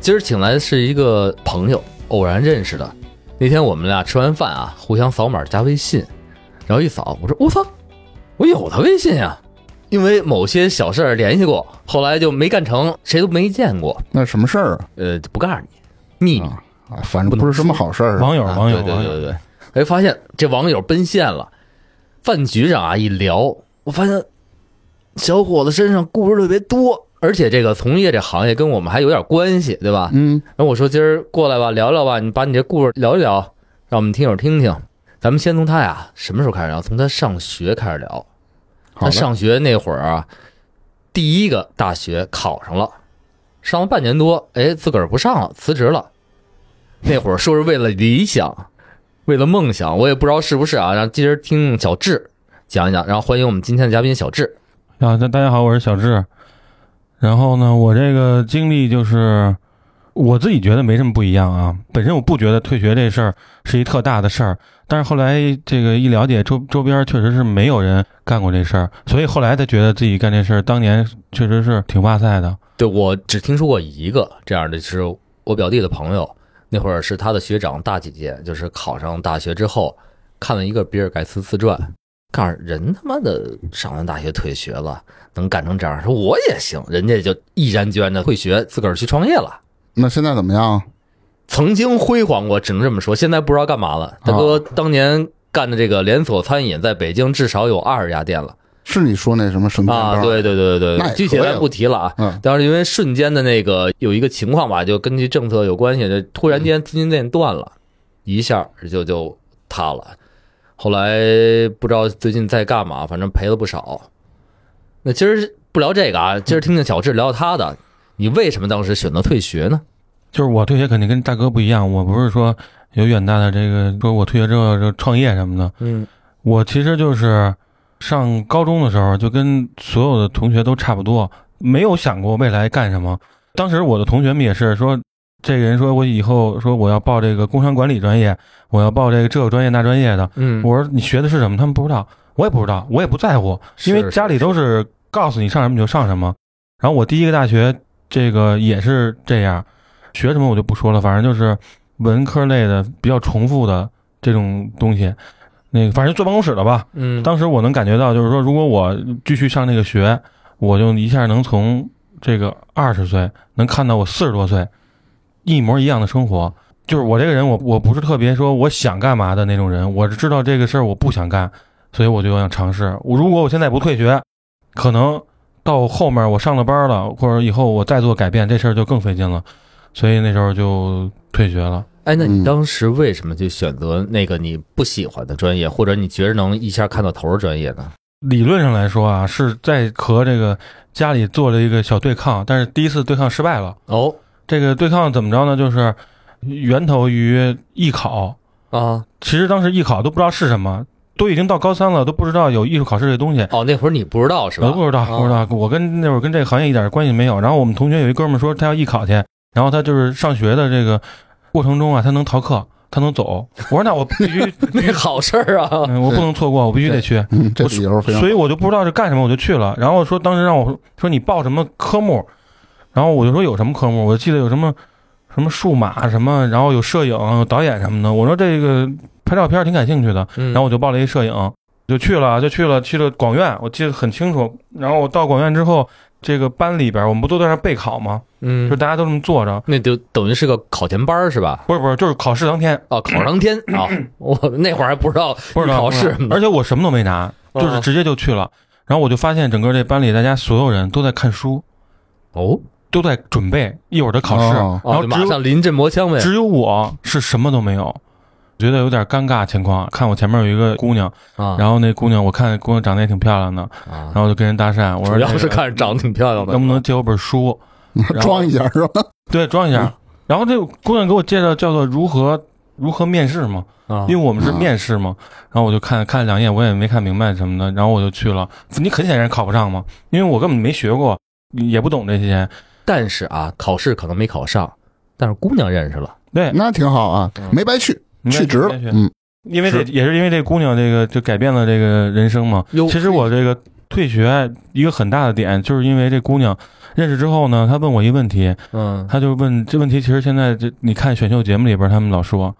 今儿请来的是一个朋友，偶然认识的。那天我们俩吃完饭啊，互相扫码加微信，然后一扫，我说我操，我有他微信啊！因为某些小事儿联系过，后来就没干成，谁都没见过。那什么事儿啊？呃，不告诉你，秘密。啊啊，反正不是什么好事儿啊。网友，啊哦网友，对对网对友，对，哎，发现这网友奔现了。饭局上啊一聊，我发现小伙子身上故事特别多，而且这个从业这行业跟我们还有点关系，对吧？嗯，然后我说今儿过来吧，聊聊吧，你把你这故事聊一聊，让我们听友听听。咱们先从他呀什么时候开始聊？啊从他上学开始聊。好他的上学那会儿啊，第一个大学考上了，上了半年多，哎，自个儿不上了，辞职了。那会儿说是为了理想，为了梦想，我也不知道是不是啊。然后今儿听听小智讲一讲，然后欢迎我们今天的嘉宾小智。啊，大大家好，我是小智。然后呢，我这个经历就是我自己觉得没什么不一样啊。本身我不觉得退学这事儿是一特大的事儿，但是后来这个一了解周周边确实是没有人干过这事儿，所以后来才觉得自己干这事儿当年确实是挺哇塞的。对我只听说过一个这样的，是我表弟的朋友，那会儿是他的学长大姐姐，就是考上大学之后看了一个比尔盖茨自传，告诉人他妈的上完大学退学了，能干成这样，说我也行，人家就毅然决然的退学，自个儿去创业了。那现在怎么样？曾经辉煌过，只能这么说，现在不知道干嘛了。大哥啊当年干的这个连锁餐饮，在北京至少有二十家店了是你说那什么神啊！棍对对对对嗯那也可对，以具体咱不提了啊。嗯，但是因为瞬间的那个有一个情况吧，就根据政策有关系，这突然间资金链断了，一下就就塌了。后来不知道最近在干嘛，反正赔了不少。那今儿不聊这个啊，今儿听听小智聊他的，你为什么当时选择退学呢？就是我退学肯定跟大哥不一样，我不是说有远大的这个，说我退学之后就创业什么的，嗯我其实就是上高中的时候，就跟所有的同学都差不多，没有想过未来干什么。当时我的同学们也是说，这个人说我以后说我要报这个工商管理专业，我要报这个这个专业那专业的。嗯我说你学的是什么？他们不知道，我也不知道，我也不在乎，是因为家里都是告诉你上什么你就上什么。然后我第一个大学这个也是这样，学什么我就不说了，反正就是文科类的比较重复的这种东西。那个反正坐办公室的吧，嗯当时我能感觉到，就是说，如果我继续上这个学，我就一下能从这个二十岁能看到我四十多岁一模一样的生活。就是我这个人，我我不是特别说我想干嘛的那种人，我是知道这个事儿我不想干，所以我就想尝试。我如果我现在不退学，可能到后面我上了班了，或者以后我再做改变，这事儿就更费劲了。所以那时候就退学了。哎，那嗯你当时为什么去选择那个你不喜欢的专业，或者你觉得能一下看到头的专业呢？理论上来说啊，是在和这个家里做了一个小对抗，但是第一次对抗失败了。哦这个对抗怎么着呢？就是源头于艺考。啊其实当时艺考都不知道是什么，都已经到高三了，都不知道有艺术考试这东西，哦，那会儿你不知道是我吧？都不知道，啊不知道。我跟那会儿跟这个行业一点关系没有。然后我们同学有一哥们儿说他要艺考去，然后他就是上学的这个过程中啊，他能逃课，他能走。我说那我必须， 那好事儿啊！嗯我不能错过，我必须得去。嗯，这我理由非常所以我就不知道是干什么，我就去了。然后说当时让我说你报什么科目，然后我就说有什么科目，我记得有什么什么数码什么，然后有摄影、有导演什么的。我说这个拍照片挺感兴趣的，嗯然后我就报了一摄影，就去了，就去了，去了广院，我记得很清楚。然后我到广院之后，这个班里边我们不都在那儿备考吗？嗯就大家都这么坐着，那就等于是个考前班儿是吧？不是不是，就是考试当天， 哦，考上天啊！我那会儿还不知道不是考试，而且我什么都没拿，就是啊直接就去了。然后我就发现整个这班里大家所有人都在看书。哦，都在准备一会儿的考试，哦哦，就然马后只有、上临阵磨枪呗。只有我是什么都没有，觉得有点尴尬情况。看嗯我前面有一个姑娘，啊，然后那姑娘我看姑娘长得也挺漂亮的，啊然后我就跟人搭讪，我说主要这个是看着长得挺漂亮能的，不能借我本书？然后 装一下是吧？对，装一下。嗯然后这个姑娘给我介绍叫做如何如何面试嘛，啊因为我们是啊面试嘛。然后我就看看了两眼，我也没看明白什么的，然后我就去了。你很显然考不上嘛，因为我根本没学过，也不懂这些。但是啊，考试可能没考上，但是姑娘认识了，对，那挺好啊，嗯没白去，你看去职了这些。嗯，因为这也是因为这姑娘这个就改变了这个人生嘛。哟其实我这个退学一个很大的点，就是因为这姑娘认识之后呢，她问我一问题，嗯她就问这问题，其实现在这你看选秀节目里边他们老说，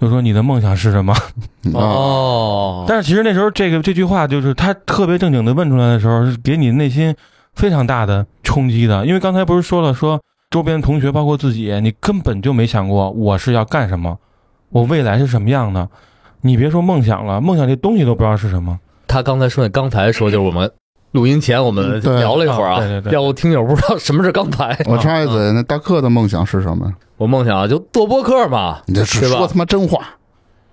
就说你的梦想是什么？嗯啊，哦，但是其实那时候这个这句话就是她特别正经的问出来的时候，是给你内心非常大的冲击的，因为刚才不是说了说周边同学包括自己，你根本就没想过我是要干什么，我未来是什么样的。你别说梦想了，梦想这东西都不知道是什么。他刚才说，刚才说就是我们录音前我们嗯对聊了一会儿啊，啊对对对要不听友不知道什么是刚才。啊我插一嘴，那大克的梦想是什么？我梦想啊，就做播客嘛，你这是对吧说他妈真话，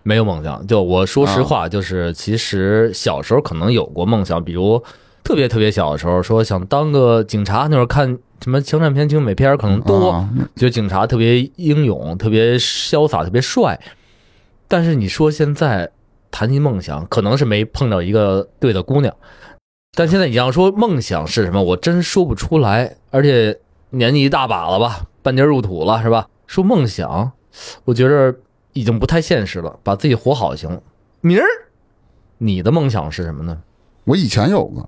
没有梦想。就我说实话，就是其实小时候可能有过梦想，比如特别特别小的时候，说想当个警察，那会儿看什么枪战片、警匪片儿可能多，啊觉得警察特别英勇、特别潇洒、特别帅。但是你说现在谈及梦想，可能是没碰到一个对的姑娘。但现在你要说梦想是什么，我真说不出来。而且年纪一大把了吧，半截入土了是吧？说梦想，我觉着已经不太现实了，把自己活好行。明儿，你的梦想是什么呢？我以前有过，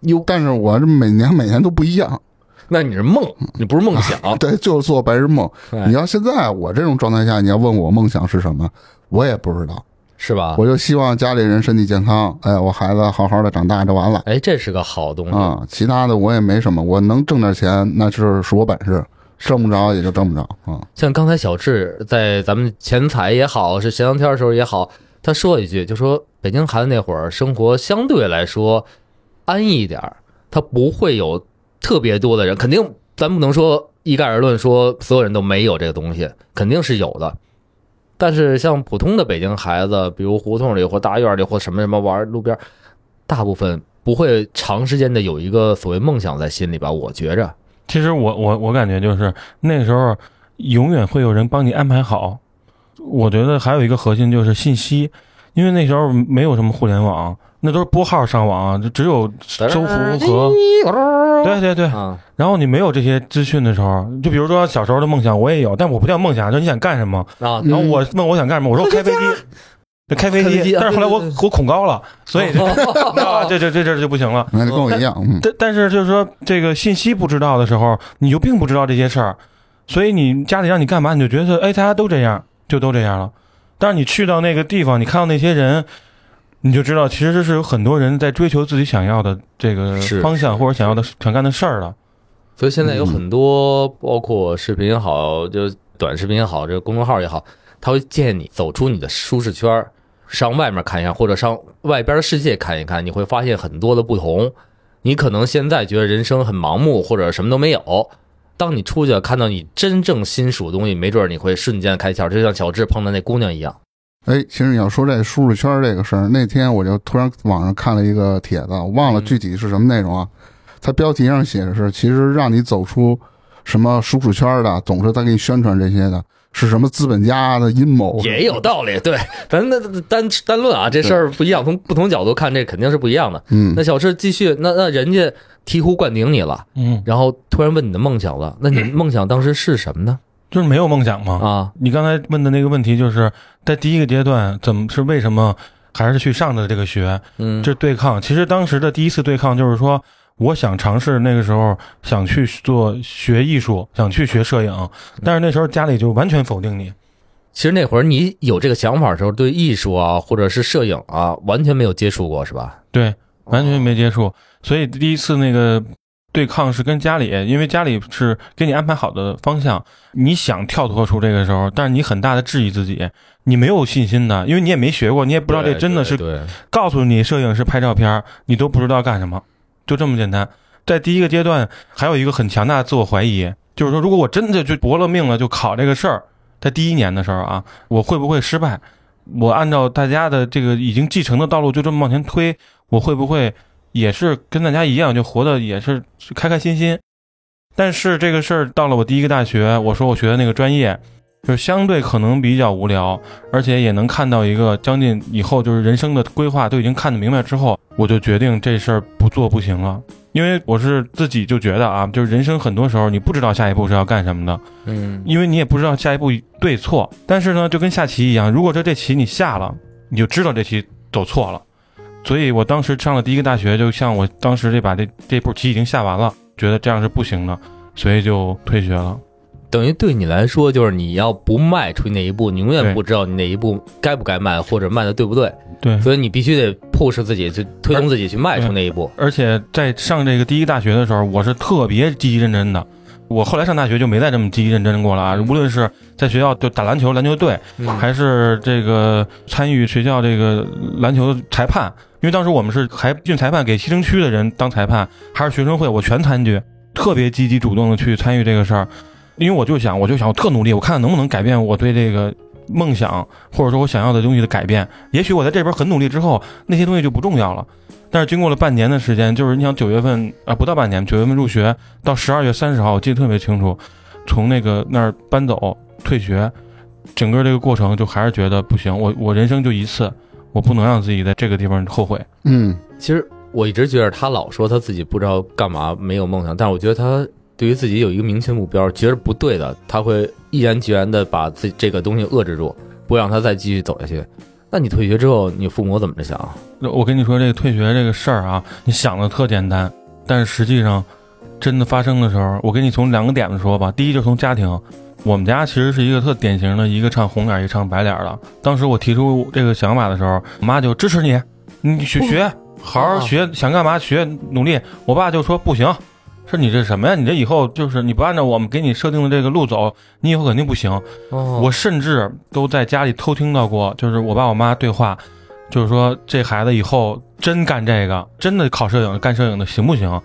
哟，但是我这每年每年都不一样。那你是梦，你不是梦想。对，就是做白日梦。哎你要现在我这种状态下，你要问我梦想是什么，我也不知道。是吧？我就希望家里人身体健康，哎，我孩子好好的长大就完了哎，这是个好东西。啊、其他的我也没什么，我能挣点钱那是是我本事，挣不着也就挣不着啊、像刚才小智在咱们前彩也好，是闲聊天的时候也好，他说了一句，就说北京孩子那会儿生活相对来说安逸一点儿，他不会有特别多的人，肯定咱不能说一概而论，说所有人都没有这个东西，肯定是有的。但是像普通的北京孩子，比如胡同里或大院里或什么什么玩儿路边儿，大部分不会长时间的有一个所谓梦想在心里吧？我觉着，其实我我我感觉就是那时候永远会有人帮你安排好。我觉得还有一个核心就是信息，因为那时候没有什么互联网，那都是拨号上网，就只有搜狐哎和对对对。啊，然后你没有这些资讯的时候，就比如说小时候的梦想，我也有，但我不叫梦想，就是你想干什么。啊，嗯然后我问我想干什么，我说开飞机，就开飞开飞机机。啊但是后来我对对对我恐高了，所 以这啊这这这这就不行了。那就跟我一哦样，嗯，但但是就是说，这个信息不知道的时候，你就并不知道这些事儿，所以你家里让你干嘛，你就觉得哎，大家都这样，就都这样了。但是你去到那个地方，你看到那些人，你就知道其实是有很多人在追求自己想要的这个是方向或者想要的想干的事儿了。所以现在有很多，包括视频也好，就短视频也好，这个公众号也好，他会建议你走出你的舒适圈儿，上外面看一看，或者上外边的世界看一看，你会发现很多的不同。你可能现在觉得人生很盲目，或者什么都没有。当你出去看到你真正心属的东西，没准儿你会瞬间开窍，就像小智碰到那姑娘一样。哎，其实你要说这舒适圈这个事儿，那天我就突然网上看了一个帖子，我忘了具体是什么内容啊。它标题上写的是，其实让你走出什么舒适圈的，总是在给你宣传这些的，是什么资本家的阴谋。也有道理，对，咱那单单论啊，这事儿不一样，从不同角度看，这肯定是不一样的。嗯那，小智继续，那那人家醍醐灌顶你了。嗯，然后突然问你的梦想了，那你梦想当时是什么呢？就是没有梦想嘛。啊，你刚才问的那个问题，就是在第一个阶段，怎么是为什么还是去上的这个学？嗯，这对抗，其实当时的第一次对抗就是说，我想尝试那个时候想去做学艺术，想去学摄嗯影，但是那时候家里就完全否定你。其实那会儿你有这个想法的时候，对艺术啊或者是摄影啊完全没有接触过，是吧？对，完全没接触。所以第一次那个对抗是跟家里，因为家里是给你安排好的方向，你想跳脱出这个时候，但是你很大的质疑自己，你没有信心的，因为你也没学过，你也不知道这真的是对，告诉你摄影师拍照片儿，你都不知道干什么，就这么简单。在第一个阶段，还有一个很强大的自我怀疑，就是说，如果我真的就搏了命了，就考这个事儿，在第一年的时候啊，我会不会失败？我按照大家的这个已经继承的道路就这么往前推，我会不会也是跟大家一样，就活得也是开开心心？但是这个事儿到了我第一个大学，我说我学的那个专业，就相对可能比较无聊，而且也能看到一个将近以后就是人生的规划都已经看得明白之后，我就决定这事儿不做不行了。因为我是自己就觉得啊，就是人生很多时候你不知道下一步是要干什么的，嗯因为你也不知道下一步对错。但是呢，就跟下棋一样，如果说这棋你下了，你就知道这棋走错了。所以我当时上了第一个大学，就像我当时这把这这步棋已经下完了，觉得这样是不行的，所以就退学了。等于对你来说，就是你要不迈出那一步，你永远对不知道你哪一步该不该迈，或者迈的对不对，对，所以你必须得 push 自己，去推动自己去迈出那一步。而且在上这个第一大学的时候，我是特别积极认真的。我后来上大学就没再这么积极认真过了啊！无论是在学校就打篮球篮球队，嗯还是这个参与学校这个篮球裁判，因为当时我们是还进裁判给西城区的人当裁判，还是学生会，我全参与，特别积极主动的去参与这个事儿。因为我就想，我就想，我特努力，我看能不能改变我对这个梦想，或者说我想要的东西的改变。也许我在这边很努力之后，那些东西就不重要了。但是经过了半年的时间，就是你想九月份啊，不到半年，九月份入学到十二月三十号，我记得特别清楚，从那个那儿搬走退学，整个这个过程就还是觉得不行，我我人生就一次，我不能让自己在这个地方后悔。嗯，其实我一直觉得他老说他自己不知道干嘛，没有梦想，但是我觉得他对于自己有一个明确目标，觉得不对的，他会毅然决然的把自己这个东西遏制住，不让他再继续走下去。那你退学之后，你父母怎么着想啊？我跟你说这个退学这个事儿啊，你想的特简单，但是实际上真的发生的时候，我给你从两个点子说吧。第一就是从家庭，我们家其实是一个特典型的一个唱红脸儿，一个唱白脸儿的。当时我提出这个想法的时候，我妈就支持你，你学学，好好学，想干嘛学，努力。我爸就说不行。说你这什么呀？你这以后就是你不按照我们给你设定的这个路走，你以后肯定不行。哦我甚至都在家里偷听到过，就是我爸我妈对话，就是说这孩子以后真干这个，真的考摄影干摄影的行不行？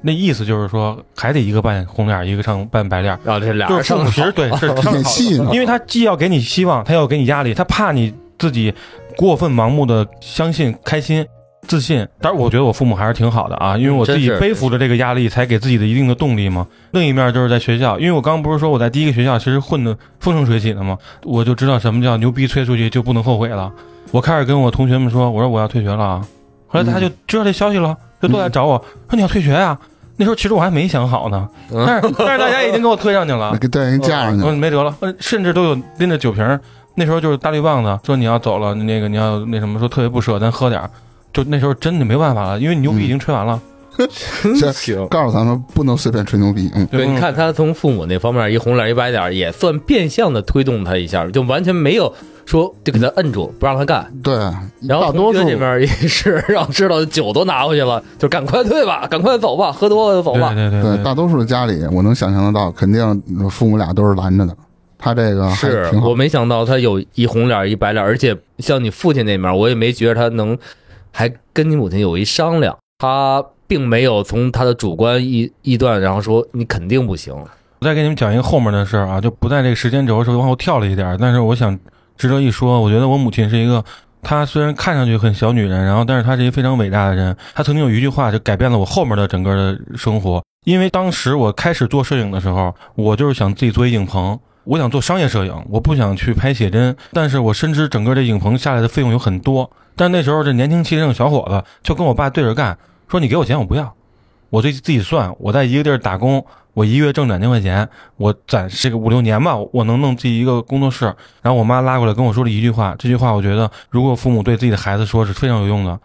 那意思就是说，还得一个扮红脸儿，一个上扮白脸儿，啊，这俩就人是父上母其实对是上演戏呢，因为他既要给你希望，他又给你压力，他怕你自己过分盲目的相信、开心、自信。当然，我觉得我父母还是挺好的啊，因为我自己真是背负着这个压力，才给自己的一定的动力嘛。另一面就是在学校，因为我刚不是说我在第一个学校其实混的风生水起的嘛，我就知道什么叫牛逼吹出去就不能后悔了。我开始跟我同学们说，我说我要退学了啊。后来嗯大家就知道这消息了，就都来找我说你要退学啊。那时候其实我还没想好呢，嗯但是但是大家已经给我推上去了那，给带人架上去哦嗯，了，没辙了，呃甚至都有拎着酒瓶儿。那时候就是大绿棒子说你要走了，那个你要那什么，说特别不舍，咱喝点儿。就那时候真的没办法了，因为牛逼已经吹完了。这行。告诉咱们不能随便吹牛逼，嗯，对，嗯你看他从父母那方面一红脸一白脸，也算变相的推动他一下，就完全没有说就给他摁住不让他干。对，然后大多同学数这边也是让知道酒都拿回去了，就赶快退吧，赶快走吧，喝多了就走对吧。对对对，大多数的家里，我能想象得到，肯定父母俩都是拦着的。他这个啊还是挺好我，没想到他有一红脸一白脸，而且像你父亲那面，我也没觉得他能还跟你母亲有一商量，他并没有从他的主观臆臆断，然后说你肯定不行。我再给你们讲一个后面的事儿啊，就不在这个时间轴是往后跳了一点儿，但是我想值得一说，我觉得我母亲是一个，她虽然看上去很小女人，然后但是她是一个非常伟大的人。她曾经有一句话就改变了我后面的整个的生活，因为当时我开始做摄影的时候，我就是想自己做一影棚。我想做商业摄影，我不想去拍写真，但是我深知整个这影棚下来的费用有很多。但那时候这年轻气盛小伙子就跟我爸对着干，说你给我钱我不要，我就自己算，我在一个地儿打工，我一月挣两千块钱，我攒这个五六年吧，我能弄自己一个工作室。然后我妈拉过来跟我说了一句话，这句话我觉得如果父母对自己的孩子说是非常有用的。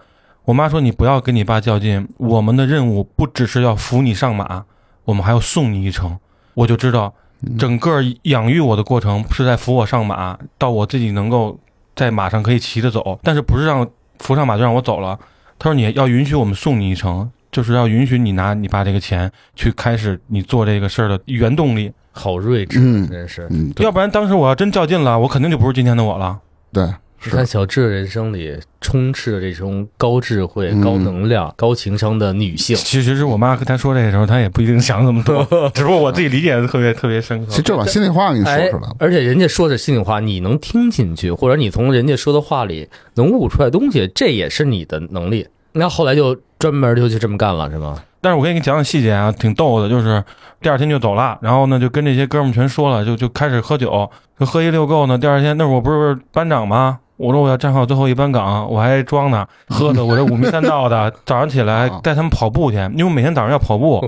我妈说：“你不要跟你爸较劲，我们的任务不只是要扶你上马，我们还要送你一程。”我就知道，整个养育我的过程是在扶我上马，到我自己能够在马上可以骑着走，但是不是让扶上马就让我走了。她说：“你要允许我们送你一程，就是要允许你拿你爸这个钱去开始你做这个事儿的原动力。”好睿智，嗯真是。嗯，要不然当时我要真较劲了，我肯定就不是今天的我了。对，你是看小智的人生里充斥着这种高智慧、嗯高能量、高情商的女性。其实是我妈跟她说这个时候，她也不一定想那么多，只不过我自己理解的特别特别深刻。其实这把心里话给你说哎出来了，，而且人家说的心里话，你能听进去，或者你从人家说的话里能悟出来东西，这也是你的能力。那后来就专门就去这么干了，是吗？但是我给你讲讲细节啊，挺逗的，就是第二天就走了，然后呢就跟这些哥们儿全说了，就就开始喝酒，就喝一溜够呢。第二天那会儿我不是班长吗？我说我要站好最后一班岗，我还装呢，喝的我这五迷三道的。早上起来带他们跑步去，因为我每天早上要跑步，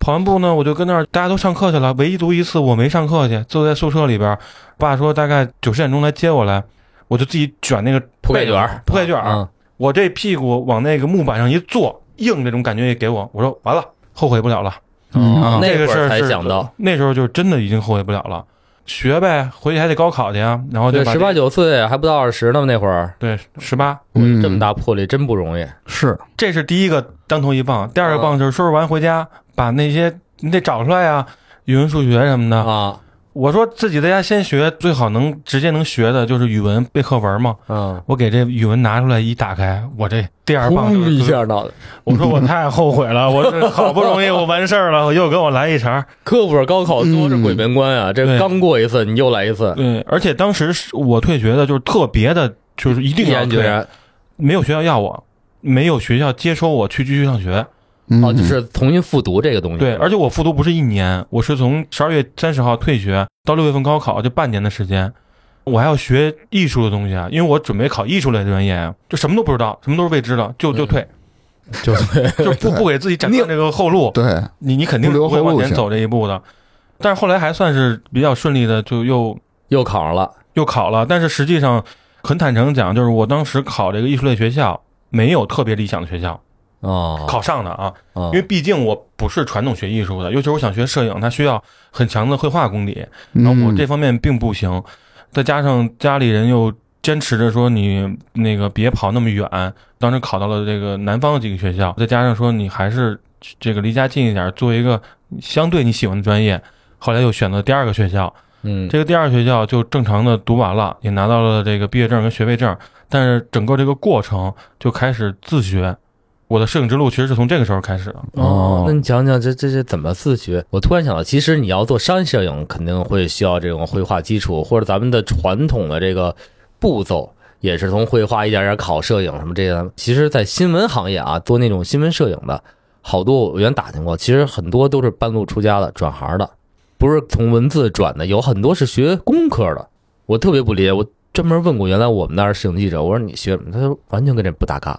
跑完步呢我就跟那儿大家都上课去了，唯独一次我没上课去，就在宿舍里边儿。爸说大概九十点钟来接我来，我就自己卷那个 铺盖卷儿铺盖卷儿，嗯，我这屁股往那个木板上一坐，硬这种感觉也给我。我说完了，后悔不了了。嗯那啊这个会事儿儿才是想到，那时候就真的已经后悔不了了。学呗，回去还得高考去啊。然后就对，把十八九岁还不到二十呢，那会儿对十八，嗯，这么大魄力真不容易。是这是第一个当头一棒。第嗯二个棒就是收拾完回家，把那些你得找出来啊，语文、数学什么的。啊，我说自己在家先学，最好能直接能学的就是语文背课文嘛。嗯，我给这语文拿出来一打开，我这第二棒就轰是嗯一下脑袋，我说我太后 悔了，我这好不容易我完事儿了，我又给我来一茬。科普尔高考多是鬼门关啊！这嗯对刚过一次，你又来一次，对，而且当时是我退学的，就是特别的，就是一定毅要然决退，然。没有学校要我，没有学校接收我去继续上学。嗯哦，就是重新复读这个东西。对，而且我复读不是一年，我是从十二月三十号退学到六月份高考，就半年的时间。我还要学艺术的东西啊，因为我准备考艺术类的专业啊，就什么都不知道，什么都是未知的，就嗯就退， 就就不不给自己展开这个后路。对，你你肯定不留不会后路往前去走这一步的。但是后来还算是比较顺利的，就又又考上了，又考了。但是实际上，很坦诚地讲，就是我当时考这个艺术类学校，没有特别理想的学校哦，考上的啊，嗯，因为毕竟我不是传统学艺术的，尤其是我想学摄影，它需要很强的绘画功底，然然后我这方面并不行，再加上家里人又。坚持着说你那个别跑那么远，当时考到了这个南方的几个学校，再加上说你还是这个离家近一点，做一个相对你喜欢的专业，后来又选择第二个学校，嗯，这个第二学校就正常的读完了，也拿到了这个毕业证跟学位证，但是整个这个过程就开始自学。我的摄影之路其实是从这个时候开始的。哦，那你讲讲这这这怎么自学？我突然想到，其实你要做商业摄影，肯定会需要这种绘画基础，或者咱们的传统的这个步骤，也是从绘画一点点考摄影什么这些。其实，在新闻行业啊，做那种新闻摄影的，好多我原打听过，其实很多都是半路出家的，转行的，不是从文字转的，有很多是学工科的。我特别不理解，我专门问过原来我们那儿摄影记者，我说你学什么？他说完全跟这不搭嘎。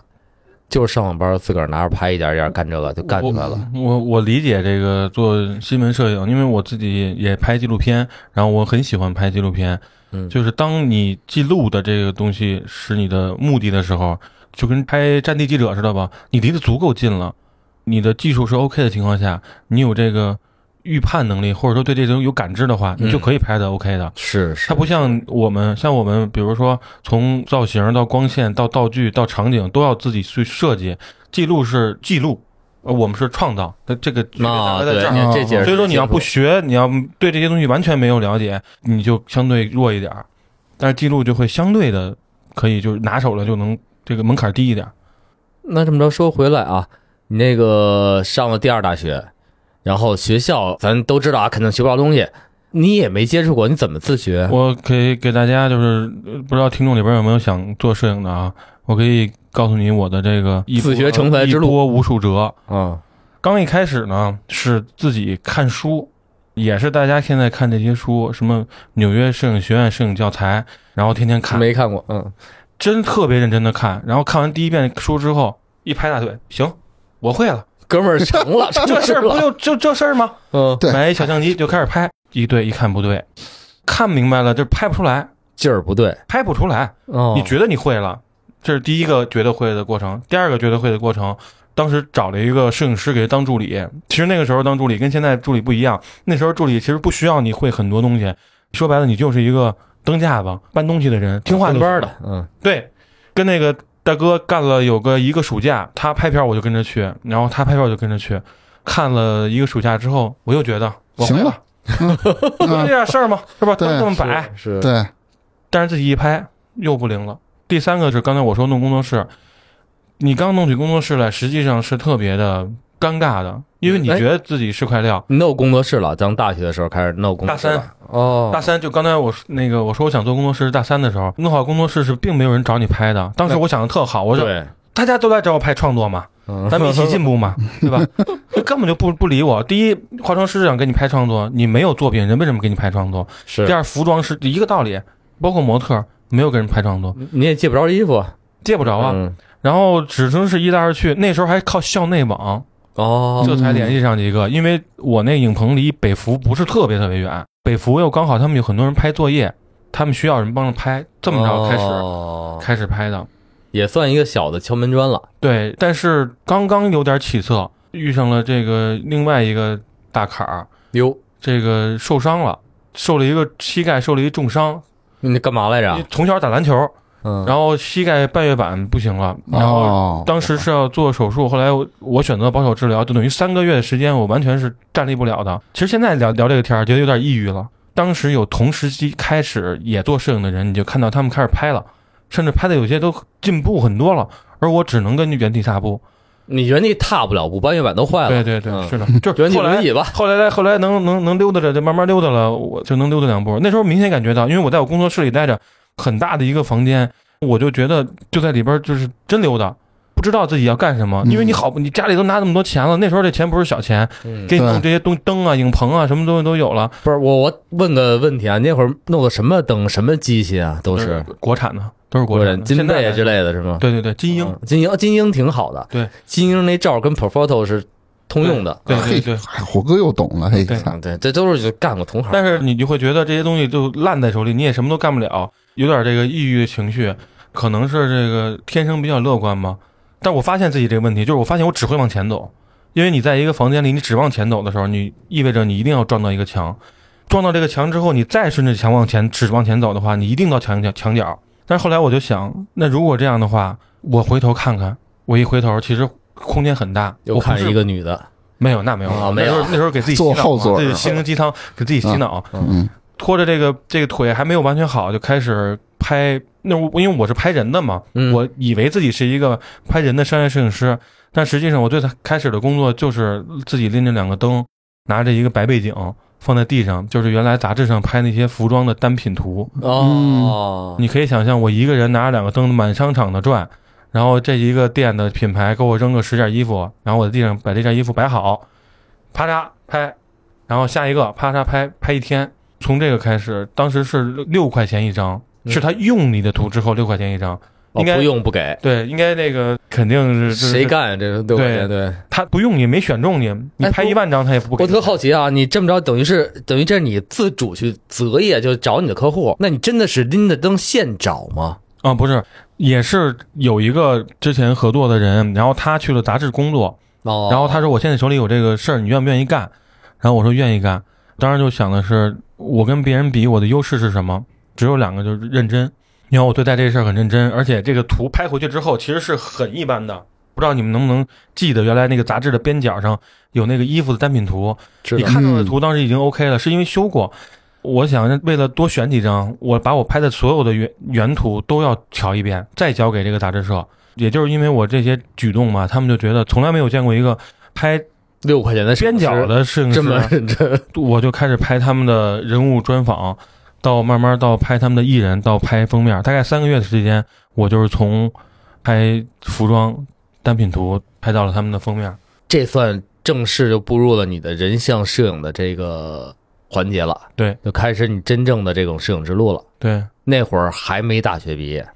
就是上网班，自个儿拿着拍一点点干这个就干出来了。 我我理解这个做新闻摄影，因为我自己也拍纪录片，然后我很喜欢拍纪录片。嗯就是当你记录的这个东西是你的目的的时候，就跟拍战地记者似的吧，你离得足够近了，你的技术是 OK 的情况下，你有这个预判能力，或者说对这种有感知的话，嗯你就可以拍的 OK 的。是是，它不像我们，像我们，比如说从造型到光线到道具到场景都要自己去设计，记录是记录，呃，我们是创造，那这个区别大啊，概在对，这儿。啊这解释所以说你要不清学，你要对这些东西完全没有了解，你就相对弱一点儿。但是记录就会相对的可以，就是拿手了就能这个门槛低一点儿。楚那这么着说回来啊，你那个上了第二大学，然后学校咱都知道啊，肯定学不着东西，你也没接触过，你怎么自学？我可以给大家就是呃不知道听众里边有没有想做摄影的啊，我可以告诉你我的这个一自学波呃成才之路一波无数折。嗯刚一开始呢，是自己看书，也是大家现在看这些书，什么纽约摄影学院摄影教材，然后天天看，没看过，嗯，真特别认真的看。然后看完第一遍书之后，一拍大腿，行，我会了，哥们儿成 了，这这事儿不了，就就这事儿吗？嗯，对买一小相机就开始拍，一对一看不对，看明白了就拍不出来，劲儿不对，拍不出来。哦，你觉得你会了，这是第一个觉得会的过程。第二个觉得会的过程，当时找了一个摄影师给他当助理。其实那个时候当助理跟现在助理不一样，那时候助理其实不需要你会很多东西，说白了你就是一个灯架子搬东西的人，听话就换班。行的，嗯，对，跟那个大哥干了有个一个暑假，他拍片我就跟着去，然后他拍片我就跟着去，看了一个暑假之后，我又觉得我会行了，了，不就这点事儿吗？是吧？都对这么摆，嗯是对，但是自己一拍又不灵了。第三个是刚才我说弄工作室，你刚弄起工作室来，实际上是特别的尴尬的，因为你哎觉得自己是块料。你弄工作室了，咱们大学的时候开始弄工作室了，大哦，大三就刚才我说那个我说我想做工作室，是大三的时候弄好工作室是并没有人找你拍的。当时我想的特好，我说对， 大家都来找我拍创作嘛，嗯咱们一起进步嘛，对吧？就根本就不不理我。第一，化妆师想给你拍创作，你没有作品，人为什么给你拍创作？是第二，服装师一个道理，包括模特没有给人拍创作，你也借不着衣服，借不着啊。嗯然后只能是一来二去，那时候还靠校内网，哦，这才联系上几个。因为我那影棚离北服不是特别特别远，北服又刚好他们有很多人拍作业，他们需要人帮着拍，这么着开始、哦开始拍的。也算一个小的敲门砖了。对，但是刚刚有点起色，遇上了这个另外一个大坎儿，哟，这个受伤了，受了一个膝盖受了一重伤。你干嘛来着？从小打篮球，啊嗯，然后膝盖半月板不行了，然后哦，当时是要做手术，后来我我选择保守治疗，就等于三个月的时间，我完全是站立不了的。其实现在聊聊这个天儿，觉得有点抑郁了。当时有同时期开始也做摄影的人，你就看到他们开始拍了，甚至拍的有些都进步很多了，而我只能根据原地踏步。你原地踏不了步，半月板都坏了。对对对，嗯 是的，就是原地后来轮椅吧。后来来后来能能能溜达着，就慢慢溜达了，我就能溜达两步。那时候明显感觉到，因为我在我工作室里待着，很大的一个房间，我就觉得就在里边就是真溜达，不知道自己要干什么。嗯因为你好，你家里都拿那么多钱了，那时候这钱不是小钱，嗯给你弄对这些东灯啊、影棚啊，什么东西都有了，不是我，我问个问题啊，你那会儿弄的什么灯、什么机器啊？都是国产的，都是国产的，金现在贝啊之类的是吗？对对对，金鹰，嗯金鹰，金鹰挺好的。对，金鹰那罩跟 Profoto 是通用的。对对嘿对。哎火哥又懂了，嘿，对看嗯，对，这都是就干过同行。啊但是你就会觉得这些东西就烂在手里，你也什么都干不了，有点这个抑郁的情绪，可能是这个天生比较乐观吧。但我发现自己这个问题，就是我发现我只会往前走，因为你在一个房间里，你只往前走的时候，你意味着你一定要撞到一个墙，撞到这个墙之后，你再顺着墙往前，只往前走的话，你一定到墙角墙角。但是后来我就想，那如果这样的话，我回头看看，我一回头，其实空间很大。又我不看是一个女的，没有，那没有，啊那没有时候那时候给自己洗坐脑后嘛座自己啊儿心灵鸡汤给自己洗脑。嗯拖着这个这个腿还没有完全好，就开始拍。那我因为我是拍人的嘛，嗯我以为自己是一个拍人的商业摄影师，但实际上我最开始的工作就是自己拎着两个灯，拿着一个白背景放在地上，就是原来杂志上拍那些服装的单品图。哦，你可以想象，我一个人拿着两个灯满商场的转，然后这一个店的品牌给我扔个十件衣服，然后我在地上把这件衣服摆好，啪嚓拍，然后下一个啪嚓拍拍一天。从这个开始，当时是六六块钱一张，嗯是他用你的图之后六块钱一张。哦嗯应该不用不给，对，应该那个肯定是谁？干呀这个对吧对对。他不用你，没选中你，你哎拍不一万张他也不给我你。特好奇啊，你这么着等于是等于这是你自主去择业，就找你的客户，那你真的是拎着灯现找吗？啊，不是，也是有一个之前合作的人，然后他去了杂志工作，哦，然后他说：“我现在手里有这个事儿，你愿不愿意干？”然后我说：“愿意干。”当时就想的是，我跟别人比，我的优势是什么？只有两个，就是认真。你看我对待这事儿很认真，而且这个图拍回去之后，其实是很一般的。不知道你们能不能记得，原来那个杂志的边角上有那个衣服的单品图，知你道看到的图当时已经 OK 了，是因为修过。我想为了多选几张，我把我拍的所有的原原图都要瞧一遍，再交给这个杂志社。也就是因为我这些举动嘛，他们就觉得从来没有见过一个拍六块钱的边角的摄影这么师，认真，我就开始拍他们的人物专访，到慢慢到拍他们的艺人，到拍封面，大概三个月的时间，我就是从拍服装单品图拍到了他们的封面。这算正式就步入了你的人像摄影的这个环节了，对，就开始你真正的这种摄影之路了。对，那会儿还没大学毕业，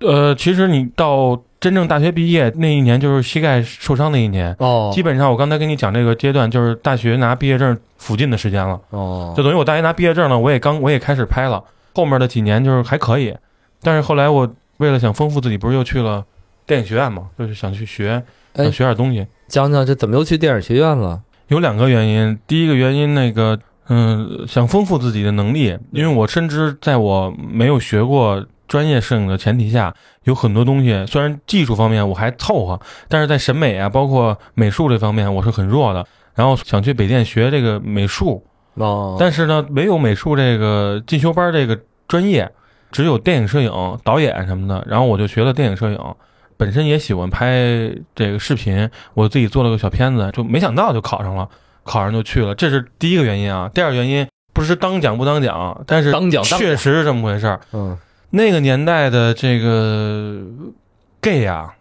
呃，其实你到真正大学毕业那一年，就是膝盖受伤那一年。哦基本上我刚才跟你讲这个阶段，就是大学拿毕业证附近的时间了，哦就等于我大学拿毕业证了，我也刚我也开始拍了。后面的几年就是还可以，但是后来我为了想丰富自己，不是又去了电影学院嘛，就是想去学，哎想学点东西。讲讲这怎么又去电影学院了？有两个原因，第一个原因那个，嗯，想丰富自己的能力，因为我深知在我没有学过专业摄影的前提下，有很多东西虽然技术方面我还凑合，但是在审美啊，包括美术这方面我是很弱的。然后想去北电学这个美术，哦但是呢，没有美术这个进修班这个专业，只有电影摄影、导演什么的。然后我就学了电影摄影，本身也喜欢拍这个视频，我自己做了个小片子，就没想到就考上了，考上就去了，这是第一个原因啊。第二个原因不是当讲不当讲，但是当讲当讲确实是这么回事儿。嗯那个年代的这个 gay 啊，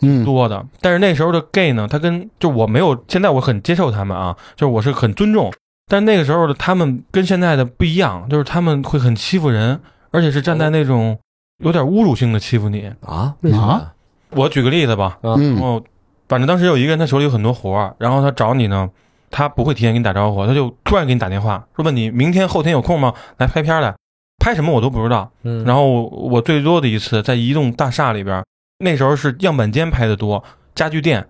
嗯多的。但是那时候的 gay 呢，他跟就是我没有，现在我很接受他们啊，就是我是很尊重。但那个时候的他们跟现在的不一样，就是他们会很欺负人，而且是站在那种有点侮辱性的欺负你。啊？为什么呀？我举个例子吧，然嗯后反正当时有一个人他手里有很多活儿，然后他找你呢，他不会提前给你打招呼，他就突然给你打电话说问你明天后天有空吗？来拍片儿来，拍什么我都不知道。嗯，然后我我最多的一次在一栋大厦里边儿，那时候是样板间拍的多，家具店，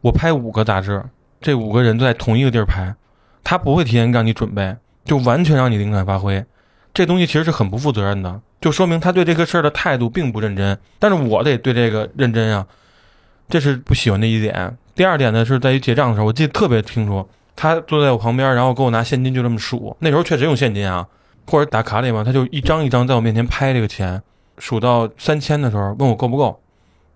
我拍五个杂志，这五个人都在同一个地儿拍，他不会提前让你准备，就完全让你临场发挥，这东西其实是很不负责任的，就说明他对这个事儿的态度并不认真。但是我得对这个认真啊，这是不喜欢的一点。第二点呢，是在于结账的时候，我记得特别清楚，他坐在我旁边，然后给我拿现金就这么数，那时候确实用现金啊，或者打卡里嘛，他就一张一张在我面前拍这个钱，数到三千的时候问我够不够，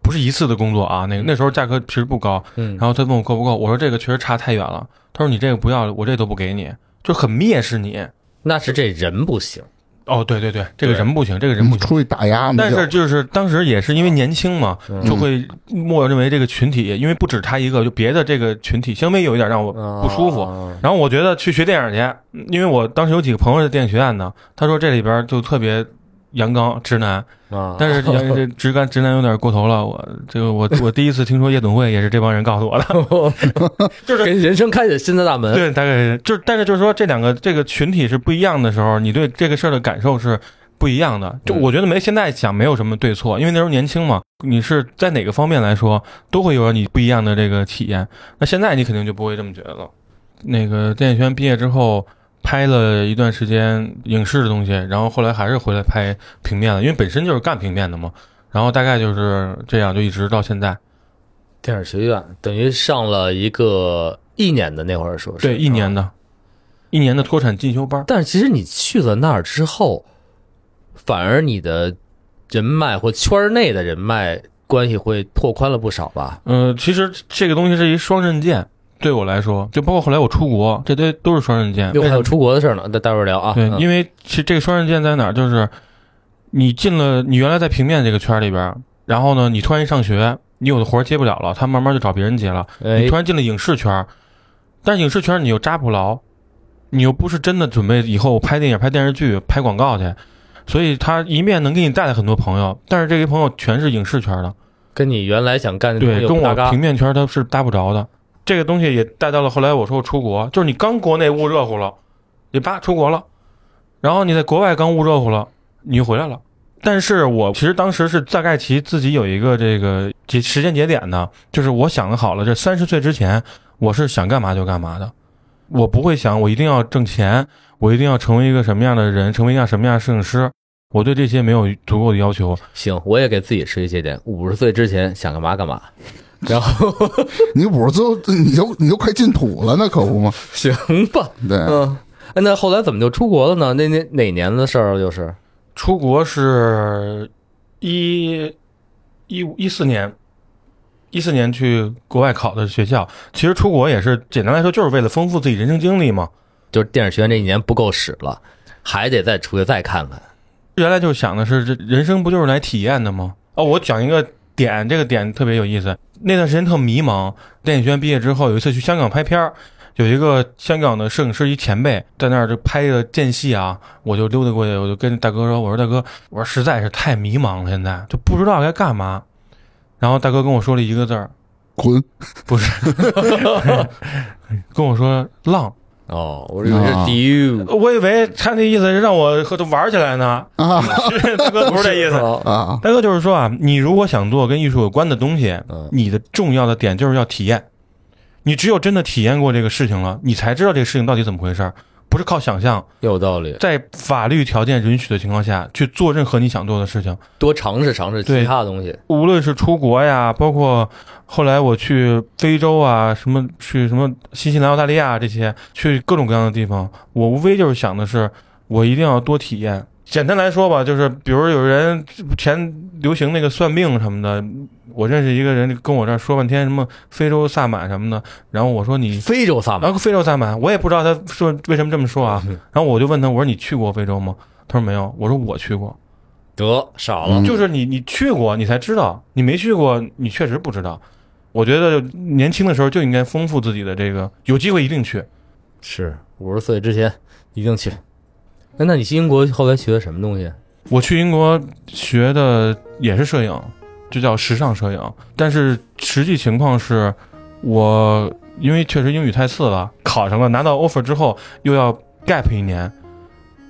不是一次的工作啊，那个那时候价格其实不高，嗯然后他问我够不够，我说这个确实差太远了，他说你这个不要了，我这都不给你，就很蔑视你。那是这人不行，哦，对对对，这个对人不行，这个人不嗯，行。嗯出去打压嘛但就是就是当时也是因为年轻嘛，嗯就会默认为这个群体，因为不止他一个，就别的这个群体稍微有一点让我不舒服。啊然后我觉得去学电影去，因为我当时有几个朋友是电影学院的，他说这里边就特别阳刚直男，啊但是阳这直男直男有点过头了。我这个我我第一次听说夜总会也是这帮人告诉我的， 就是给人生开启新的大门。对，大概是就是但是就是说这两个这个群体是不一样的时候，你对这个事儿的感受是不一样的。就嗯我觉得没现在想没有什么对错，因为那时候年轻嘛，你是在哪个方面来说都会有你不一样的这个体验。那现在你肯定就不会这么觉得了。那个电影学院毕业之后。拍了一段时间影视的东西，然后后来还是回来拍平面了，因为本身就是干平面的嘛。然后大概就是这样，就一直到现在。电影学院等于上了一个一年的那会儿，说是啊对，一年的。的，一年的脱产进修班。但是其实你去了那儿之后，反而你的人脉或圈儿内的人脉关系会拓宽了不少吧？呃，其实这个东西是一双刃剑，对我来说，就包括后来我出国，这堆都是双刃剑。又为还什有么？出国的事儿呢，待待会儿聊啊。对，嗯因为其实这个双刃剑在哪儿？就是你进了你原来在平面这个圈儿里边儿，然后呢，你突然一上学，你有的活儿接不了了，他慢慢就找别人接了。你哎突，然进了影视圈儿，但是影视圈儿你又扎不牢，你又不是真的准备以后拍电影、拍电视剧、拍广告去，所以他一面能给你带来很多朋友，但是这些朋友全是影视圈儿的。跟你原来想干的东西对，又跟不搭我嘎平面圈它是搭不着的。这个东西也带到了后来，我说我出国，就是你刚国内捂热乎了，你叭出国了，然后你在国外刚捂热乎了，你就回来了。但是我其实当时是大概其自己有一个这个节时间节点呢，就是我想的好了，这三十岁之前我是想干嘛就干嘛的，我不会想我一定要挣钱，我一定要成为一个什么样的人，成为一个什么样的摄影师，我对这些没有足够的要求。行，我也给自己设一节点，五十岁之前想干嘛干嘛，然后 你五十就你就你就快进土了，那可不嘛。行吧，对，嗯。哎那后来怎么就出国了呢？那那哪年的事儿了？就是出国是一一五一四年，一四年去国外考的学校。其实出国也是简单来说，就是为了丰富自己人生经历嘛。就是电影学院这一年不够使了，还得再出去再看看。原来就想的是，这人生不就是来体验的吗？哦，我讲一个点，这个点特别有意思。那段时间特迷茫，电影学院毕业之后，有一次去香港拍片儿，有一个香港的摄影师一前辈在那儿就拍着间隙啊，我就溜达过去，我就跟大哥说：“我说大哥，我说实在是太迷茫了，现在就不知道该干嘛。”然后大哥跟我说了一个字儿，滚！跟我说“浪哦，我以为是啊 DU，”，我以为他那意思是让我和他玩儿起来呢，啊大哥 不是这意思。哦啊，大哥就是说啊，你如果想做跟艺术有关的东西，嗯你的重要的点就是要体验。你只有真的体验过这个事情了，你才知道这个事情到底怎么回事儿，不是靠想象，有道理。在法律条件允许的情况下去做任何你想做的事情。多尝试尝试其对他的东西。无论是出国呀，包括后来我去非洲啊，什么去什么新西兰、澳大利亚这些，去各种各样的地方，我无非就是想的是，我一定要多体验。简单来说吧，就是比如有人前流行那个算命什么的，我认识一个人跟我这儿说半天什么非洲萨满什么的，然后我说你，非洲萨满然后非洲萨满，我也不知道他说为什么这么说啊，然后我就问他，我说你去过非洲吗？他说没有，我说我去过，得少了嗯，就是你你去过，你才知道；你没去过，你确实不知道。我觉得年轻的时候就应该丰富自己的这个，有机会一定去。是五十岁之前一定去。那那你去英国后来学的什么东西？我去英国学的也是摄影，就叫时尚摄影。但是实际情况是，我因为确实英语太次了，考上了，拿到 offer 之后又要 gap 一年，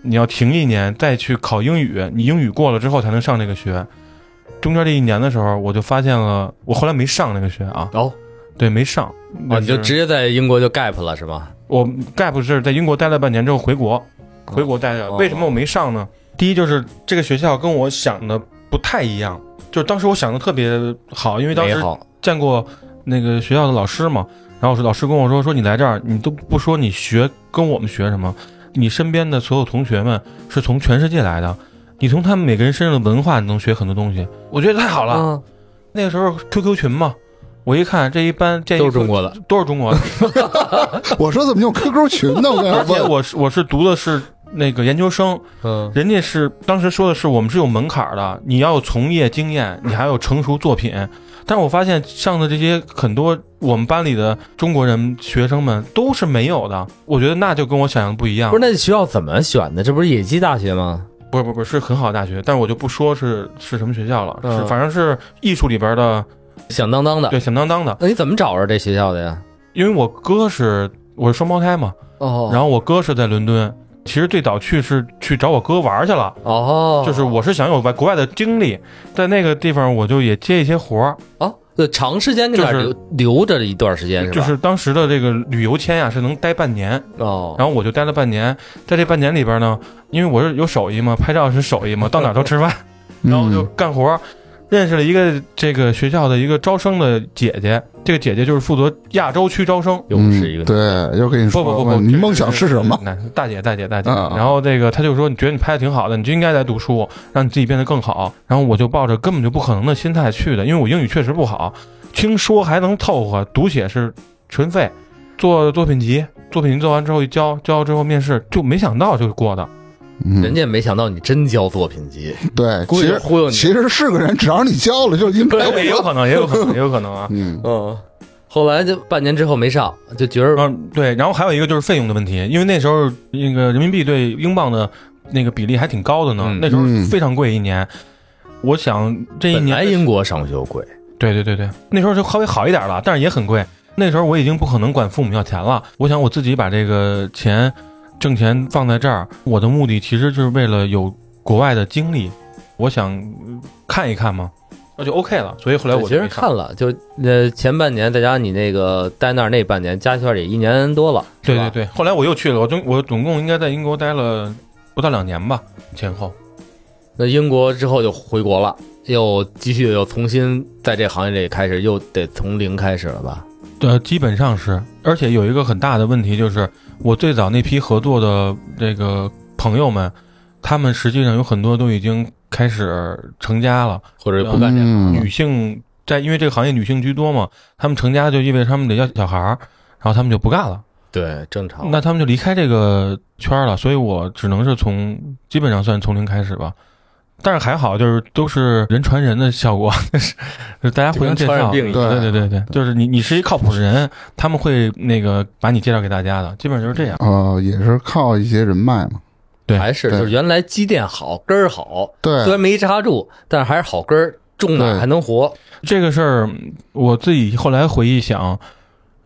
你要停一年再去考英语，你英语过了之后才能上这个学。中间这一年的时候，我就发现了，我后来没上那个学啊，哦，对，没上。哦，你就是直接在英国就 gap 了是吗？我 gap 是在英国待了半年之后回国，回国待着。哦为什么我没上呢？第一就是这个学校跟我想的不太一样，就是当时我想的特别好，因为当没时好，见过那个学校的老师嘛，然后老师跟我说说你来这儿，你都不说你学跟我们学什么，你身边的所有同学们是从全世界来的，你从他们每个人身上的文化，你能学很多东西，我觉得太好了。嗯那个时候 QQ 群嘛，我一看这一班这一嗯都是中国的，都是中国的，我说怎么有 QQ 群呢？我而刚才且问，我是我是读的是那个研究生，嗯，人家是当时说的是我们是有门槛儿的，你要有从业经验，你还要有成熟作品。但是我发现上的这些很多我们班里的中国人学生们都是没有的，我觉得那就跟我想象的不一样。不是那学校怎么选的？这不是野鸡大学吗？不是不是不是是很好的大学，但是我就不说是是什么学校了，嗯是反正是艺术里边的，响当当的。哎对响当当的。那你怎么找着这学校的呀？因为我哥是我是双胞胎嘛，哦然后我哥是在伦敦，其实最早去是去找我哥玩儿去了。后哦，就是我是想有外国外的经历，在那个地方我就也接一些活儿，啊，对，长时间在那儿就留留着一段时间是吧？就是当时的这个旅游签呀、是能待半年，哦，然后我就待了半年，在这半年里边呢，因为我是有手艺嘛，拍照是手艺 嘛，到哪儿都吃饭，然后就嗯干活儿，认识了一个这个学校的一个招生的姐姐，这个姐姐就是负责亚洲区招生，又是一嗯个对，又跟你不说，不不不，你这梦想是什么？？那大姐，大姐，大姐。啊啊然后这个他就说，你觉得你拍的挺好的，你就应该来读书，让你自己变得更好。然后我就抱着根本就不可能的心态去的，因为我英语确实不好，听说还能凑合，读写是纯废。做作品集，作品集做完之后一交，交了之后面试，就没想到就过的。嗯人家没想到你真交作品集，对，其故意实忽悠你。其实是个人，只要你交了就应该。也有可能，也有可能，也有可 能啊。嗯，嗯，后来就半年之后没上，就觉着嗯，对。然后还有一个就是费用的问题，因为那时候那个人民币对英镑的那个比例还挺高的呢，嗯那时候嗯非常贵一年。我想这一本年来英国上学就贵，对对对对，那时候就稍微好一点了，但是也很贵。那时候我已经不可能管父母要钱了，我想我自己把这个钱挣钱放在这儿，我的目的其实就是为了有国外的经历，我想呃看一看嘛，那就 OK 了。所以后来对我就其实没看了，就呃前半年再加上你那个待那儿那半年，加起来也一年多了，对是吧对对，后来我又去了，我总我总共应该在英国待了不到两年吧，前后。那英国之后就回国了，又继续又重新在这行业里开始，又得从零开始了吧？呃，基本上是，而且有一个很大的问题就是，我最早那批合作的这个朋友们，他们实际上有很多都已经开始成家了，或者不不干这嗯行，女性在因为这个行业女性居多嘛，他们成家就意味着他们得要小孩儿，然后他们就不干了，对，正常。那他们就离开这个圈儿了，所以我只能是从基本上算从零开始吧。但是还好，就是都是人传人的效果，就是大家互相介就跟传染绍，病一样对对对对，就是你你是一靠谱的人，他们会那个把你介绍给大家的，基本上就是这样。呃，也是靠一些人脉嘛。对还是对就是原来积淀好，根儿好，虽对，然没扎住，但是还是好根儿，种哪儿对还能活。这个事儿我自己后来回忆想，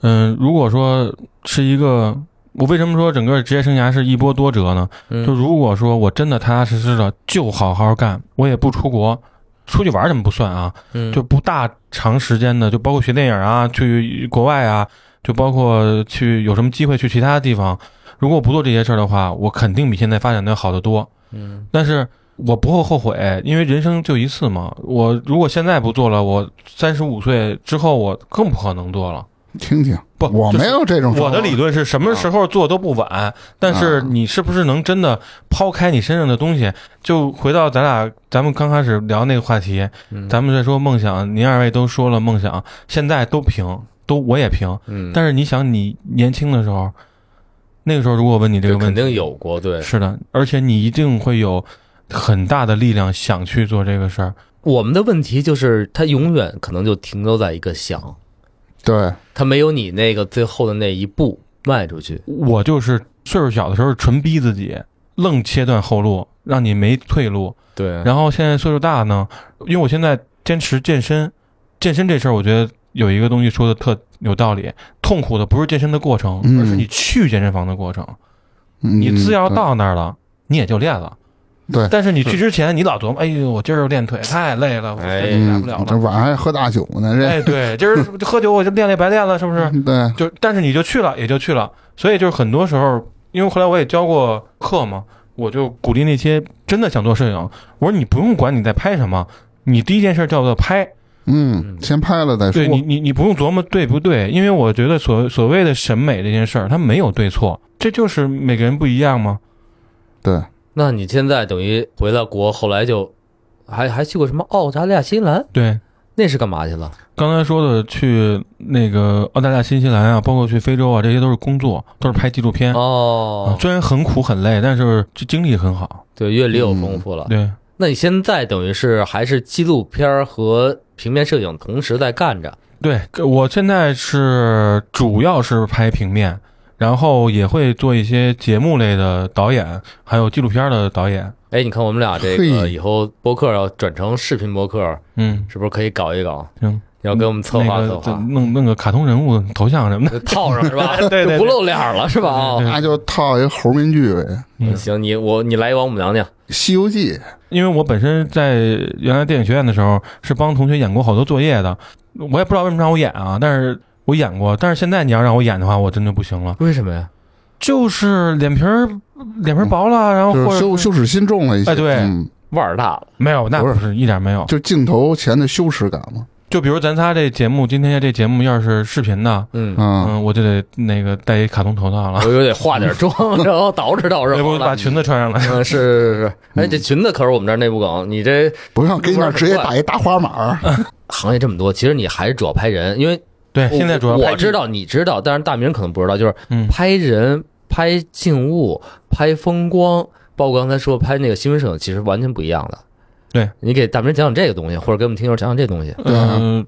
嗯、如果说是一个，我为什么说整个职业生涯是一波多折呢？就嗯，如果说我真的踏踏实实的就好好干，我也不出国，出去玩儿怎么不算啊？嗯就不大长时间的，就包括学电影啊，去国外啊，就包括去有什么机会去其他地方。如果我不做这些事儿的话，我肯定比现在发展的要好得多。嗯但是我不会后悔，因为人生就一次嘛。我如果现在不做了，我三十五岁之后我更不可能做了。听听，不，我哦就是没有这种说法。 哦我的理论是什么时候做都不晚，但啊是你是不是能真的抛开你身上的东西？就回到咱俩咱们刚开始聊那个话题，嗯咱们在说梦想，您二位都说了梦想，现在都平，都我也平。嗯，但是你想，你年轻的时候，那个时候如果问你这对个问肯题，定有过，对，是的，而且你一定会有很大的力量想去做这个事儿。我们的问题就是，他永远可能就停留在一个想，对，他没有你那个最后的那一步迈出去。我就是岁数小的时候纯逼自己，愣切断后路，让你没退路。对，然后现在岁数大呢，因为我现在坚持健身，健身这事儿，我觉得有一个东西说的特有道理，痛苦的不是健身的过程，嗯而是你去健身房的过程。嗯你只要对到那儿了，你也就练了。对但是你去之前，你老琢磨，哎呦，我今儿又练腿太累了，我哎真来嗯不了，这了。晚上还喝大酒呢，这哎，对，今儿喝酒我就练练白练了，是不哎是？对，嗯就但是你就去了，也就去了。所以就是很多时候，因为后来我也教过课嘛，我就鼓励那些真的想做摄影，我说你不用管你在拍什么，你第一件事叫做拍。嗯，嗯先拍了再说对。你，你你不用琢磨对不对，因为我觉得所所谓的审美这件事儿，它没有对错，这就是每个人不一样嘛。对，那你现在等于回到国，后来就还还去过什么澳大利亚、新西兰，对，那是干嘛去了？刚才说的去那个澳大利亚、新西兰啊，包括去非洲啊，这些都是工作，都是拍纪录片。啊哦，虽然很苦很累，但是这嗯经历很好。对，阅历又丰富了。对，那你现在等于是还是纪录片儿和平面摄影同时在干着？对这我现在是主要是拍平面，然后也会做一些节目类的导演，还有纪录片的导演。哎，你看我们俩这个嘿以后播客要转成视频播客，嗯，是不是可以搞一搞？行，要给我们策划那策个划，弄弄个卡通人物头像什么的。套上是吧？ 对对就不露脸了是吧？对哦，那就套一个猴面具呗，嗯行，你我你来一王母娘娘， 《西游记》因为我本身在原来电影学院的时候是帮同学演过好多作业的，我也不知道为什么让我演啊，但是我演过。但是现在你要让我演的话，我真的不行了，为什么呀？就是脸皮儿脸皮儿薄了，然后就哦或是者羞羞耻心重了一些，哎对哦嗯腕儿大了，没有，那不是不是一点没有。就镜头前的羞耻感嘛，就比如咱仨这节目，今天这节目要是视频的，嗯，嗯，嗯，我就得那个戴一卡通头套了，我又得化点妆， 然后捯饬捯 饬要哎不好把嗯了。裙子穿上来。嗯，是是是，哎，这裙子可是我们这儿内部梗，你这不像给你那儿直接打一大花码儿，嗯行业这么多，其实你还是主要拍人，因为对，我哎现在主要我拍知，道你知道，但是大明可能不知道，就是嗯，拍人、拍静物、拍风光，包括刚才说拍那个新闻摄影，其实完全不一样的。对你给大明讲讲这个东西，或者给我们听友讲讲这东西。对啊嗯，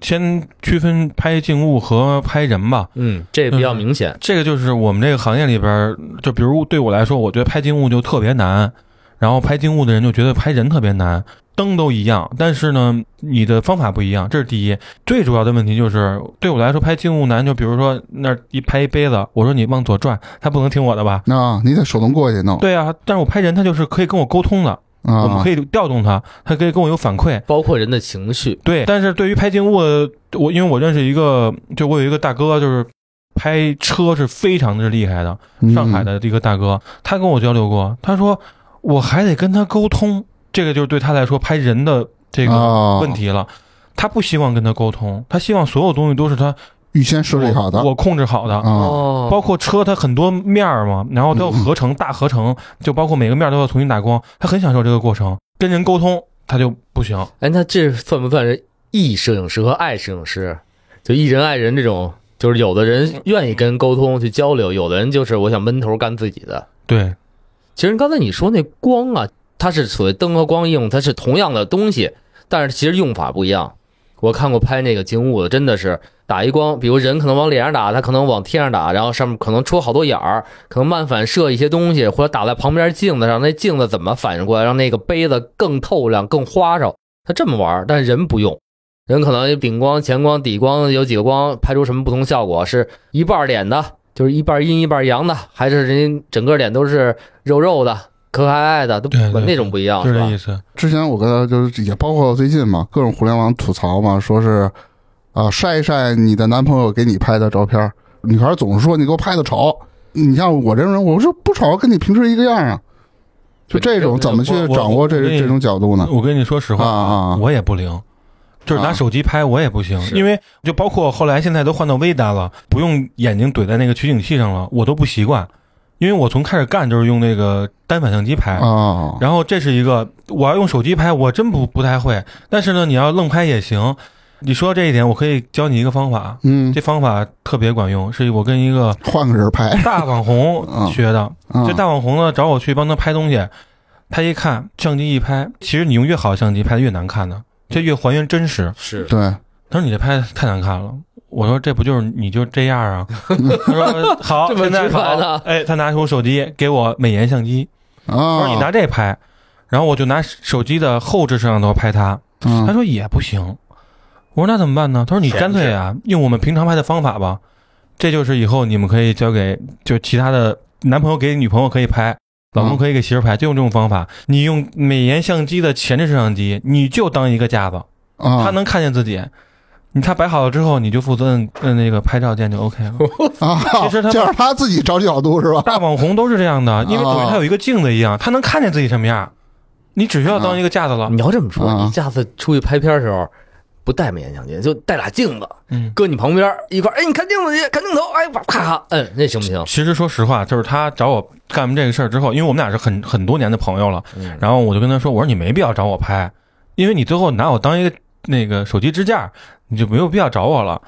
先区分拍静物和拍人吧。嗯，这比较明显。这个就是我们这个行业里边儿，就比如对我来说，我觉得拍静物就特别难，然后拍静物的人就觉得拍人特别难，灯都一样，但是呢，你的方法不一样，这是第一。最主要的问题就是，对我来说拍静物难，就比如说那儿一拍一杯子，我说你往左转，他不能听我的吧？啊，你得手动过去弄对啊，但是我拍人，他就是可以跟我沟通的，我们啊可，以调动他，他可以跟我有反馈。包括人的情绪，对，但是对于拍静物，我因为我认识一个，就我有一个大哥，就是拍车是非常之厉害的，嗯上海的一个大哥，他跟我交流过，他说我还得跟他沟通，这个就是对他来说拍人的这个啊问题了。他不希望跟他沟通，他希望所有东西都是他预先设计好的我我控制好的，啊，哦，包括车它很多面儿嘛，然后嗯它要合成大合成，就包括每个面儿都要重新打光，他很享受这个过程。跟人沟通他就不行，哎，那这算不算是艺摄影师和爱摄影师？就艺人爱人这种，就是有的人愿意跟人沟通去交流，有的人就是我想闷头干自己的。对其实刚才你说那光啊，它是所谓灯和光应用，它是同样的东西，但是其实用法不一样。我看过拍那个静物的，真的是打一光，比如人可能往脸上打，他可能往天上打，然后上面可能戳好多眼儿，可能慢反射一些东西，或者打在旁边镜子上，那镜子怎么反射过来，让那个杯子更透亮、更花哨，他这么玩儿，但是人不用。人可能顶光、前光、底光有几个光拍出什么不同效果，是一半儿脸的，就是一半儿阴一半儿阳的，还是人家整个脸都是肉肉的、可可爱爱的，都对对对那种不一哦样，就是是这吧意？思。之前我跟他就是也包括最近嘛，各种互联网吐槽嘛，说是啊晒一晒你的男朋友给你拍的照片儿，女孩总是说你给我拍的丑。你像我这种人，我说不丑，跟你平时一个样儿啊。就这种怎么去掌握这我我这种角度呢？我跟你说实话嗯啊啊啊我也不灵，就是拿啊手机拍我也不行，是因为就包括后来现在都换到微单了，不用眼睛怼在那个取景器上了，我都不习惯，因为我从开始干就是用那个单反相机拍。啊，然后这是一个，我要用手机拍，我真不不太会。但是呢，你要愣拍也行。你说这一点，我可以教你一个方法，嗯，这方法特别管用，是我跟一个换个人拍，大网 红啊嗯学的。啊这大网红呢找我去帮他拍东西，他一看相机一拍，其实你用越好的相机拍的越难看呢，这越还原真实。是对，啊他说你这拍的太难看了。我说这不就是你就这样啊？ 他 说好，这么现在直白的好，哎，他拿出手机给我美颜相机，嗯我说你啊，拿这拍，然后我就拿手机的后置摄像头拍他，他嗯，说也不行。我说那怎么办呢？他说你前干脆置啊，用我们平常拍的方法吧。这就是以后你们可以交给就其他的男朋友给女朋友可以拍，老公嗯可以给媳妇拍，就用这种方法。你用美颜相机的前置摄像机，你就当一个架子，他啊能看见自己。你他摆好了之后，你就负责摁摁那个拍照键就 OK 了。啊，其实他就是他自己找角度是吧？大网红都是这样的，因为等于他有一个镜子一样，他能看见自己什么样。你只需要当一个架子了。你要这么说，啊你下次出去拍片的时候，不带美颜相机，就带俩镜子，嗯，搁你旁边一块儿，哎，你看镜子去，看镜头，哎，啪咔，嗯，那行不行？其实说实话，就是他找我干这个事儿之后，因为我们俩是很很多年的朋友了，嗯，然后我就跟他说，我说你没必要找我拍，因为你最后拿我当一个那个手机支架，你就没有必要找我了。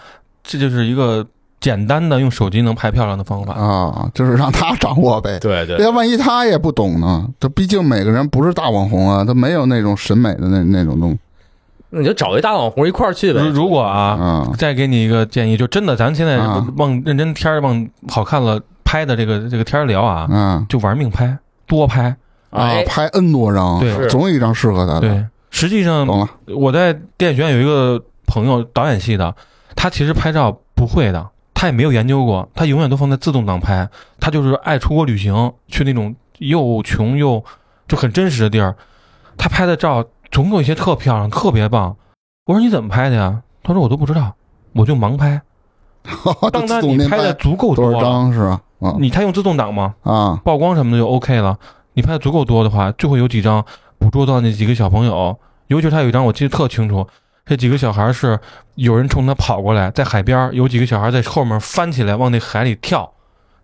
这就是一个简单的用手机能拍漂亮的方法。啊，就是让他掌握 呗。对对，要万一他也不懂呢？这毕竟每个人不是大网红啊，他没有那种审美的那那种东西 那你就找一大网红一块儿去呗如。如果啊，啊。再给你一个建议，就真的咱现在啊往认真天儿往好看了拍的这个这个天儿聊啊，嗯就玩命拍，多拍。啊，哎，拍 N 多张，对是总有一张适合他的。对，实际上哦啊懂了，我在电影学院有一个朋友，导演系的，他其实拍照不会的，他也没有研究过，他永远都放在自动挡拍，他就是爱出国旅行，去那种又穷又就很真实的地儿，他拍的照总有一些特漂亮，特别棒。我说你怎么拍的呀？他说我都不知道，我就盲拍。当他自动你那拍拍的足够多多少了，张是吧？啊你他用自动挡吗？啊曝光什么的就 OK 了。你拍的足够多的话，就会有几张捕捉到那几个小朋友，尤其是他有一张我记得特清楚，这几个小孩是有人冲他跑过来，在海边有几个小孩在后面翻起来往那海里跳，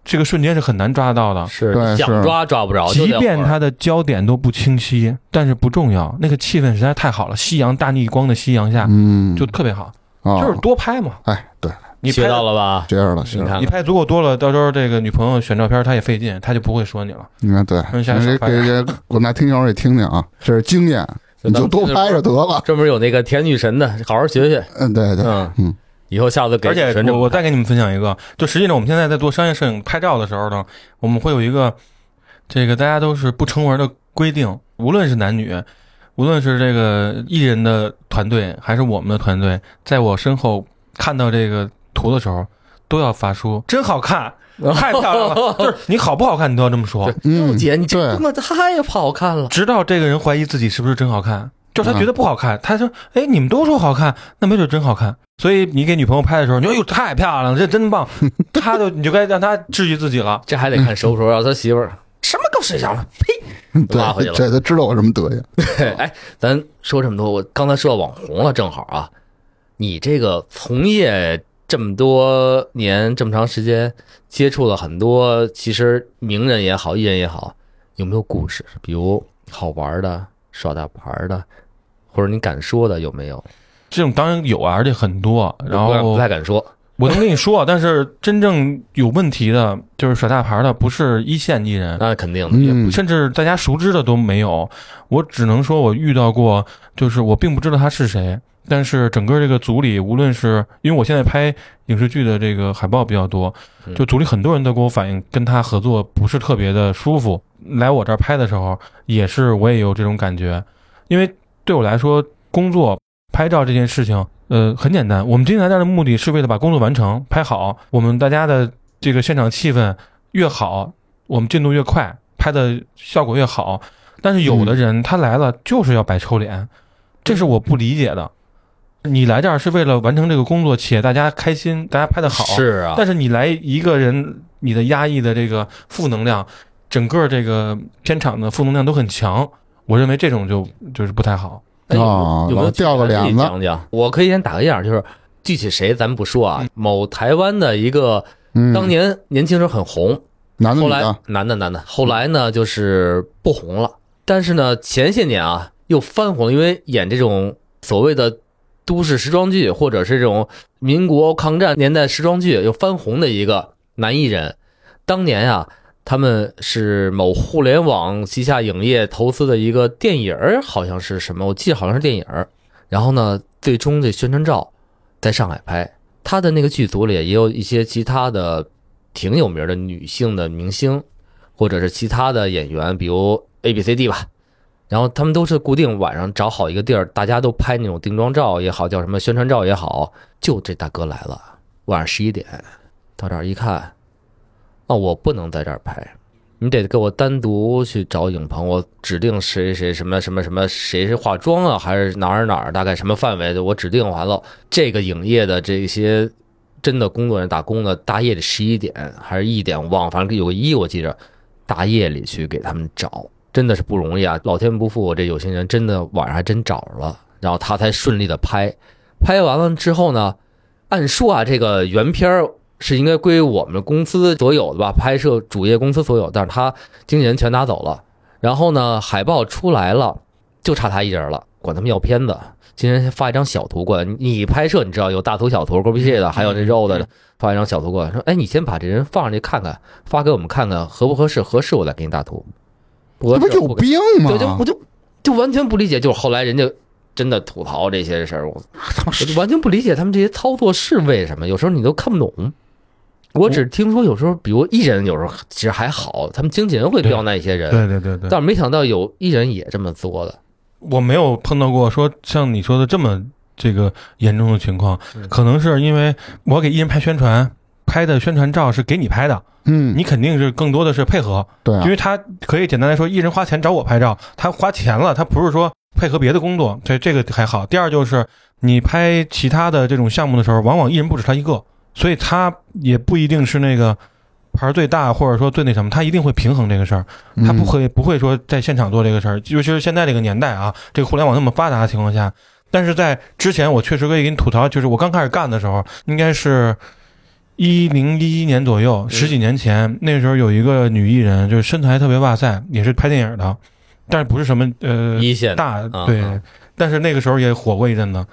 这个瞬间是很难抓到的。是对你想是抓抓不着，即就得便玩儿他的焦点都不清晰，但是不重要，那个气氛实在太好了。夕阳大逆光的夕阳下，嗯，就特别好，啊就是多拍嘛。哎，对，嗯你哦学拍到了吧？学着了，学你着了，看你拍足够多了，到时候这个女朋友选照片她也费劲，她就不会说你了。你看对，嗯你下手这拍点给给广大听友也听听啊，这是经验，你就多拍着得了。专门有那个甜女神的，好好学学。嗯，对对，嗯嗯，以后下次给而且女神这我么我拍再给你们分享一个，就实际上我们现在在做商业摄影拍照的时候呢，我们会有一个这个大家都是不成文的规定，无论是男女，无论是这个艺人的团队还是我们的团队，在我身后看到这个图的时候，都要发出“真好看”，太漂亮了，就是你好不好看，你都要这么说对，嗯，姐，你对这他妈太好看了。直到这个人怀疑自己是不是真好看。就是嗯他觉得不好看，他说：“哎，你们都说好看，那没准真好看。”所以你给女朋友拍的时候，你说：“哟，太漂亮了，这真 棒。”他就你就该让他质疑自己了。这还得看嗯熟不熟，要他媳妇儿什么狗屎样了，呸！拉回去 对，了这他知道我什么德行 哎，咱说这么多，我刚才说到网红了，正好啊，你这个从业这么多年，这么长时间，接触了很多，其实名人也好，艺人也好，有没有故事？比如好玩的、耍大牌的，或者你敢说的有没有？这种当然有啊，而且很多。然我不敢不后太敢说，我能跟你说，但是真正有问题的，就是耍大牌的，不是一线艺人，那肯定的。嗯甚至大家熟知的都没有。我只能说，我遇到过，就是我并不知道他是谁，但是整个这个组里，无论是因为我现在拍影视剧的这个海报比较多，嗯就组里很多人都跟我反映，跟他合作不是特别的舒服。来我这儿拍的时候，也是我也有这种感觉，因为对我来说，工作拍照这件事情，呃，很简单。我们今天来这儿的目的是为了把工作完成，拍好，我们大家的这个现场气氛越好，我们进度越快，拍的效果越好。但是有的人他来了就是要摆臭脸，这是我不理解的。你来这儿是为了完成这个工作，且大家开心，大家拍的好。是啊，但是你来一个人，你的压抑的这个负能量，整个这个片场的负能量都很强。我认为这种就就是不太好。哎啊，有没老有掉个自脸己子，讲讲，我可以先打个样，就是具体谁咱不说嗯啊，某台湾的一个嗯，当年年轻时候很红，男的后女来的，男的男的，后来呢就是不红了，但是呢前些年啊又翻红了，因为演这种所谓的都市时装剧或者是这种民国抗战年代时装剧又翻红的一个男艺人，当年啊他们是某互联网旗下影业投资的一个电影儿，好像是什么，我记得好像是电影儿。然后呢，最终这宣传照在上海拍，他的那个剧组里也有一些其他的挺有名的女性的明星，或者是其他的演员，比如 A、B、C、D 吧。然后他们都是固定晚上找好一个地儿，大家都拍那种定妆照也好，叫什么宣传照也好，就这大哥来了，晚上十一点到这儿一看，那我不能在这儿拍，你得给我单独去找影棚，我指定谁谁什么什么什么谁是化妆啊，还是哪儿哪儿，大概什么范围的，我指定完了。这个影业的这些真的工作人员打工的，大夜里十一点还是一点，我忘了，反正有个一我记着，大夜里去给他们找，真的是不容易啊！老天不负我这有心人，真的晚上还真找着了，然后他才顺利的拍，拍完了之后呢，按说啊，这个原片儿是应该归我们公司所有的吧，拍摄主业公司所有，但是他经纪人全拿走了。然后呢，海报出来了，就差他一人了，管他们要片子。经纪人发一张小图过来，你你拍摄你知道有大图小图，狗屁的，还有那肉的，发一张小图过来，说：“哎，你先把这人放上去看看，发给我们看看合不合适，合适我再给你大图。”不合这适不有我给病吗？对，就我就就完全不理解，就是后来人家真的吐槽这些事儿，我他妈我是就完全不理解他们这些操作是为什么，有时候你都看不懂。我只听说有时候，比如艺人有时候其实还好，他们经纪人会刁难一些人，对对对对，但是没想到有艺人也这么做的。我没有碰到过说像你说的这么这个严重的情况，可能是因为我给艺人拍宣传，拍的宣传照是给你拍的，嗯，你肯定是更多的是配合，对啊因，为他可以简单来说，艺人花钱找我拍照，他花钱了，他不是说配合别的工作，这这个还好。第二就是你拍其他的这种项目的时候，往往艺人不止他一个，所以他也不一定是那个牌儿最大，或者说最那什么，他一定会平衡这个事儿。他嗯不会不会说在现场做这个事儿，尤其是现在这个年代啊，这个互联网那么发达的情况下，但是在之前我确实可以给你吐槽，就是我刚开始干的时候，应该是一零一一年左右，十几年前，那时候有一个女艺人，就是身材特别哇塞，也是拍电影的，但是不是什么呃一线大啊对啊，但是那个时候也火过一阵子。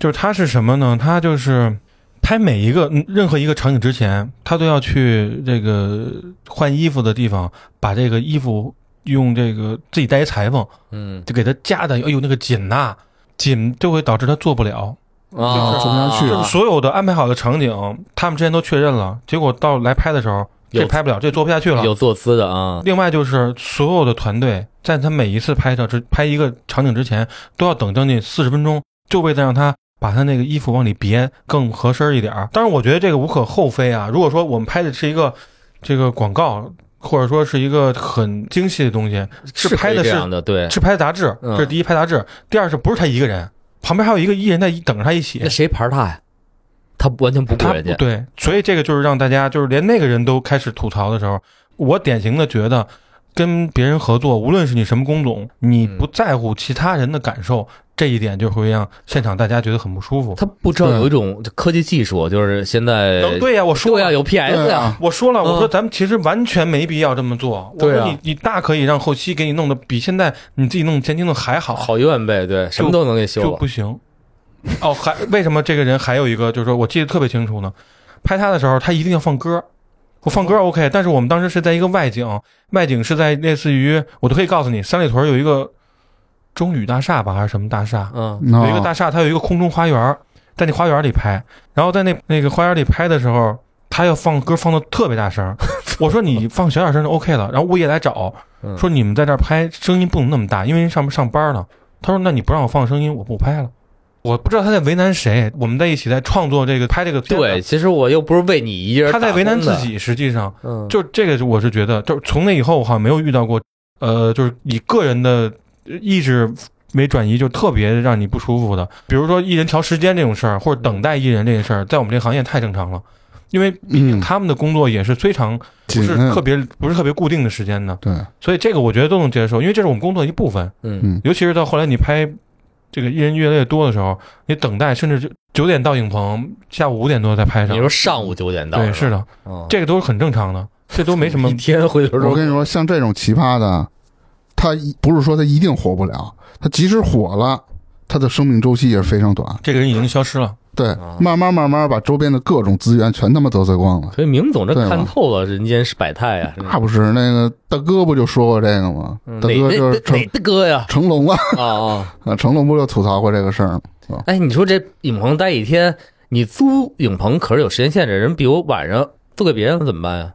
就是他是什么呢？他就是拍每一个嗯任何一个场景之前，他都要去这个换衣服的地方，把这个衣服用这个自己带一裁缝，嗯就给他夹的，哎呦那个紧呐、紧就会导致他做不了。啊，做不下去就是所有的安排好的场景，他们之前都确认了，结果到来拍的时候，有这拍不了，这做不下去了。有坐姿的啊，另外就是所有的团队在他每一次拍摄之拍一个场景之前，都要等将近四十分钟，就为了让他把他那个衣服往里别更合身一点儿。当然，我觉得这个无可厚非啊。如果说我们拍的是一个这个广告，或者说是一个很精细的东西，是可拍以的这是样的，对。是拍杂志，嗯这是第一拍杂志。第二是不是他一个人，旁边还有一个艺人在等着他一起那。谁牌儿大呀？他完全不顾他人家，对，所以这个就是让大家就是连那个人都开始吐槽的时候，我典型的觉得跟别人合作，无论是你什么工种，你嗯不在乎其他人的感受，这一点就会让现场大家觉得很不舒服。他不知道对有一种科技技术，就是现在能哦对呀、我说对呀，了。有 PS 对呀啊，我说了，我说嗯咱们其实完全没必要这么做。我对啊说你，你大可以让后期给你弄的比现在你自己弄前期弄得还好，好一万倍，对，什么都能给修就了。不行。哦，还为什么这个人还有一个，就是说我记得特别清楚呢？拍他的时候，他一定要放歌。我放歌 OK，但是我们当时是在一个外景，外景是在类似于我都可以告诉你，三里屯有一个中宇大厦吧，还是什么大厦？嗯，嗯有一个大厦，它有一个空中花园，在那花园里拍，然后在那那个花园里拍的时候，他要放歌放的特别大声，我说你放小点声就 OK 了，然后物业来找嗯说你们在这儿拍声音不能那么大，因为人上班上班呢。他说那你不让我放声音，我不拍了。我不知道他在为难谁，我们在一起在创作这个拍这个片子对，，其实我又不是为你一人，他在为难自。己，实际上嗯，就这个，我是觉得，就是从那以后，我好像没有遇到过，呃，就是以个人的意志为转移，就特别让你不舒服的。比如说艺人调时间这种事儿，或者等待艺人这件事儿，在我们这个行业太正常了，因为嗯，他们的工作也是非常不紧是特别不是特别固定的时间的，对，嗯所以这个我觉得都能接受，因为这是我们工作的一部分。嗯，尤其是到后来你拍这个艺人越来越多的时候，你等待甚至就九点到影棚，下午五点多再拍上你，说上午九点到，对，是吧，的，嗯这个都是很正常的，这都没什么一天回头我跟你说，说，像这种奇葩的，他一不是说他一定火不了，他即使火了，他的生命周期也是非常短。这个人已经消失了。对啊，嗯慢慢慢慢把周边的各种资源全他妈得罪光了。所以明总这对吧看透了人间是百态啊，真是那不是那个大哥不就说过这个吗？嗯大哪哥就是哪成哪大哥 呀？成龙啊，啊啊！啊成龙不就吐槽过这个事儿吗？哎，你说这影棚待一天，你租影棚可是有时间限制，人比如晚上租给别人了怎么办啊呀？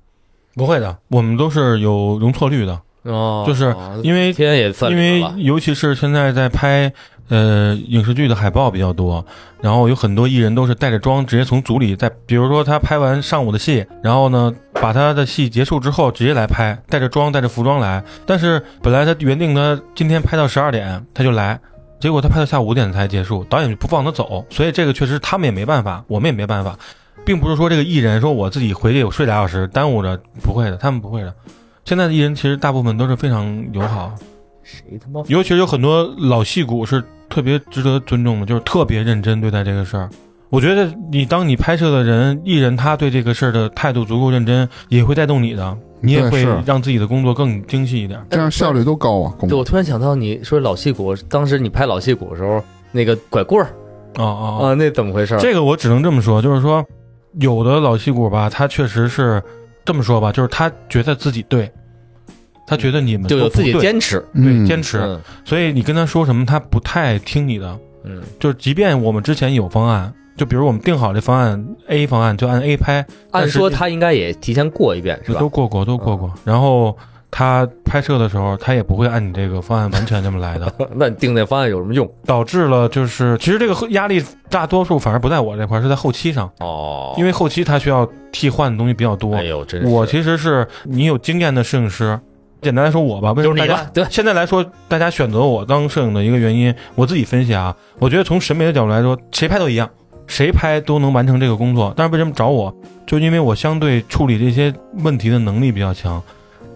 不会的，我们都是有容错率的，哦，就是因为天也算因里为头了尤其是现在在拍呃影视剧的海报比较多，然后有很多艺人都是带着妆直接从组里在，比如说他拍完上午的戏，然后呢把他的戏结束之后直接来拍，带着妆带着服装来。但是本来他原定他今天拍到十二点他就来。结果他拍到下午五点才结束，导演就不放他走，所以这个确实他们也没办法，我们也没办法，并不是说这个艺人说我自己回去我睡俩小时耽误着，不会的，他们不会的。现在的艺人其实大部分都是非常友好，谁他妈尤其是有很多老戏骨是特别值得尊重的，就是特别认真对待这个事儿。我觉得你当你拍摄的人艺人，他对这个事儿的态度足够认真，也会带动你的，你也对会是让自己的工作更精细一点。这样效率都高啊，工对，我突然想到你说老戏骨，当时你拍老戏骨的时候，那个拐棍儿哦哦，啊，那怎么回事儿？这个我只能这么说，就是说，有的老戏骨吧，他确实是这么说吧，就是他觉得自己对，他觉得你们就有都不自己对坚持，对嗯，坚持，嗯所以你跟他说什么，他不太听你的。嗯就是即便我们之前有方案，就比如我们定好这方案 A 方案，就按 A 拍，按说但是他应该也提前过一遍是吧嗯都？过过，都过过。然后他拍摄的时候，他也不会按你这个方案完全这么来 的， 那你定那方案有什么用？导致了就是其实这个压力大多数反而不在我这块儿，是在后期上，哦，因为后期他需要替换的东西比较多哎。呦，真是我其实是你有经验的摄影师。简单来说，我吧，为什就是么大你家吧，对，现在来说，大家选择我当摄影的一个原因，我自己分析啊，我觉得从审美的角度来说，谁拍都一样，谁拍都能完成这个工作。但是为什么找我？就因为我相对处理这些问题的能力比较强，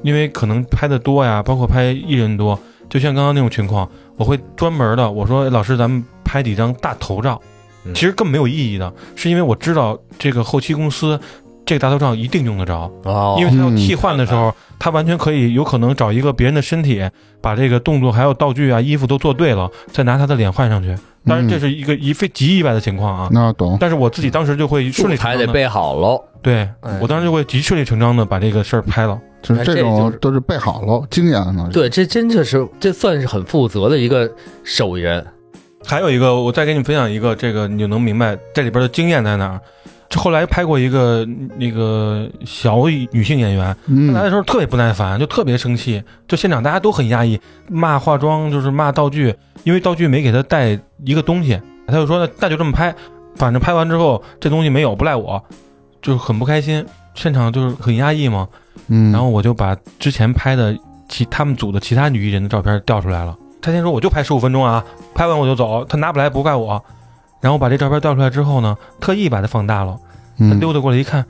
因为可能拍的多呀，包括拍艺人多，就像刚刚那种情况，我会专门的我说、哎老师，咱们拍几张大头照嗯，其实更没有意义的，是因为我知道这个后期公司这个大头照一定用得着。哦嗯因为他要替换的时候，他完全可以有可能找一个别人的身体，把这个动作还有道具啊、衣服都做对了，再拿他的脸换上去。当然，这是一个一非极意外的情况啊。嗯那懂，但是我自己当时就会 顺理成还嗯章得的，备好喽。对哎我当时就会极顺理成章的把这个事儿拍了。就是哎这这就种是都是备好了，经验啊了。对，这真的是这算是很负责的一个手艺人。还有一个，我再给你分享一个，这个你就能明白这里边的经验在哪儿。这后来拍过一个那个小女性演员，嗯他来的时候特别不耐烦，就特别生气，就现场大家都很压抑，骂化妆就是骂道具，因为道具没给他带一个东西，他就说那那就这么拍，反正拍完之后这东西没有不赖我，就是很不开心，现场就是很压抑嘛。嗯，然后我就把之前拍的其他们组的其他女艺人的照片调出来了。他先说我就拍十五分钟啊，拍完我就走，他拿不来不怪我。然后把这照片调出来之后呢，特意把它放大了。他嗯溜达过来一看，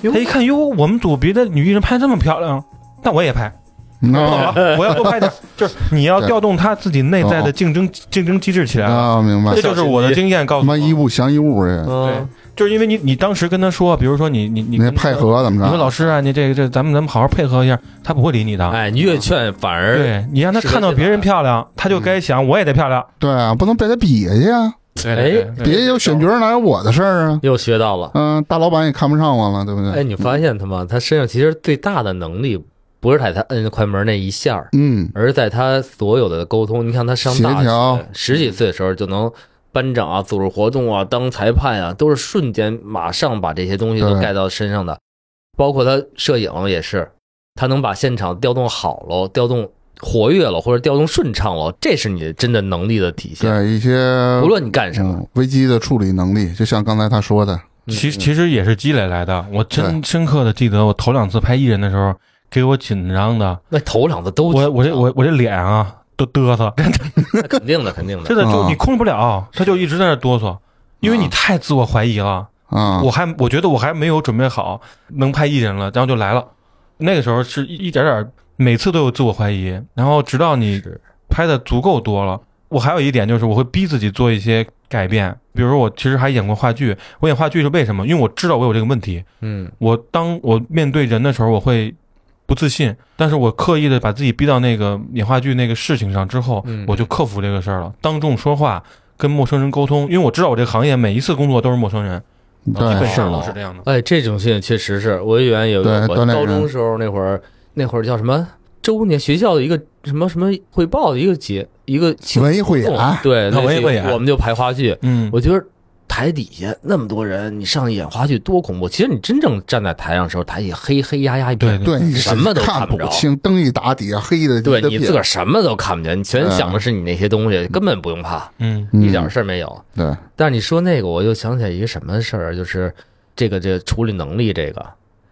哟他一看哟，我们组别的女艺人拍这么漂亮，那我也拍，那我要多拍点。就是你要调动他自己内在的竞争竞争机制起来，啊，嗯明白这，就是我的经验告他诉我妈。一物降一物这个，嗯，就是因为你你当时跟他说，比如说你你你那配，合怎么你说着？老师啊，你这个这咱们咱们好好配合一下，他不会理你的。哎，你越劝反而对你让他是的看到别人漂亮，他就该想我也得漂亮。哎对啊，不能被他比下去啊，对对对别有选角儿哪有我的事儿啊？又学到了。嗯，大老板也看不上我了，对不对？哎，你发现他吗？他身上其实最大的能力不是在他摁快门那一下儿，嗯，而是在他所有的沟通。你看他上协大调学十几岁的时候就能。班长啊，组织活动啊，当裁判啊，都是瞬间马上把这些东西都对盖到身上的，包括他摄影也是，他能把现场调动好了，调动活跃了，或者调动顺畅了，这是你真的能力的体现。对一些无论你干什么，嗯危机的处理能力，就像刚才他说的，其其实也是积累来的。我真对深刻的记得，我头两次拍艺人的时候，给我紧张的，那头两个都我我这我我这脸啊都嘚瑟，那肯定的，肯定 的真。的就啊你控制不了，他就一直在那哆嗦，因为你太自我怀疑了。啊，我还我觉得我还没有准备好能拍艺人了，然后就来了。那个时候是一一点点，每次都有自我怀疑，然后直到你是拍的足够多了。我还有一点就是，我会逼自己做一些改变，比如说我其实还演过话剧，我演话剧是为什么？因为我知道我有这个问题，嗯，我当我面对人的时候，我会不自信，但是我刻意的把自己逼到那个演话剧那个事情上之后，嗯我就克服这个事儿了。当众说话跟陌生人沟通，因为我知道我这个行业每一次工作都是陌生人，基本对，上都是这样的。哎，这种现象确实是，我以前有一对个，我锻炼高中人时候那会儿，那会儿叫什么周年学校的一个什么什么汇报的一个节，一个庆文艺汇祝演，对，那类文艺似于汇演我们就排话剧。嗯，我觉得台底下那么多人，你上去演话剧多恐怖。其实你真正站在台上的时候，台底黑黑压压一对片，对，你嗯什么都看看不不着。清，灯一打底下黑的，对的你屁自个儿什么都看不见，你全想的是你那些东西，根本不用怕，嗯嗯一点事儿没有。对，但是你说那个，我就想起来一个什么事儿，就是这个这个处理能力，这个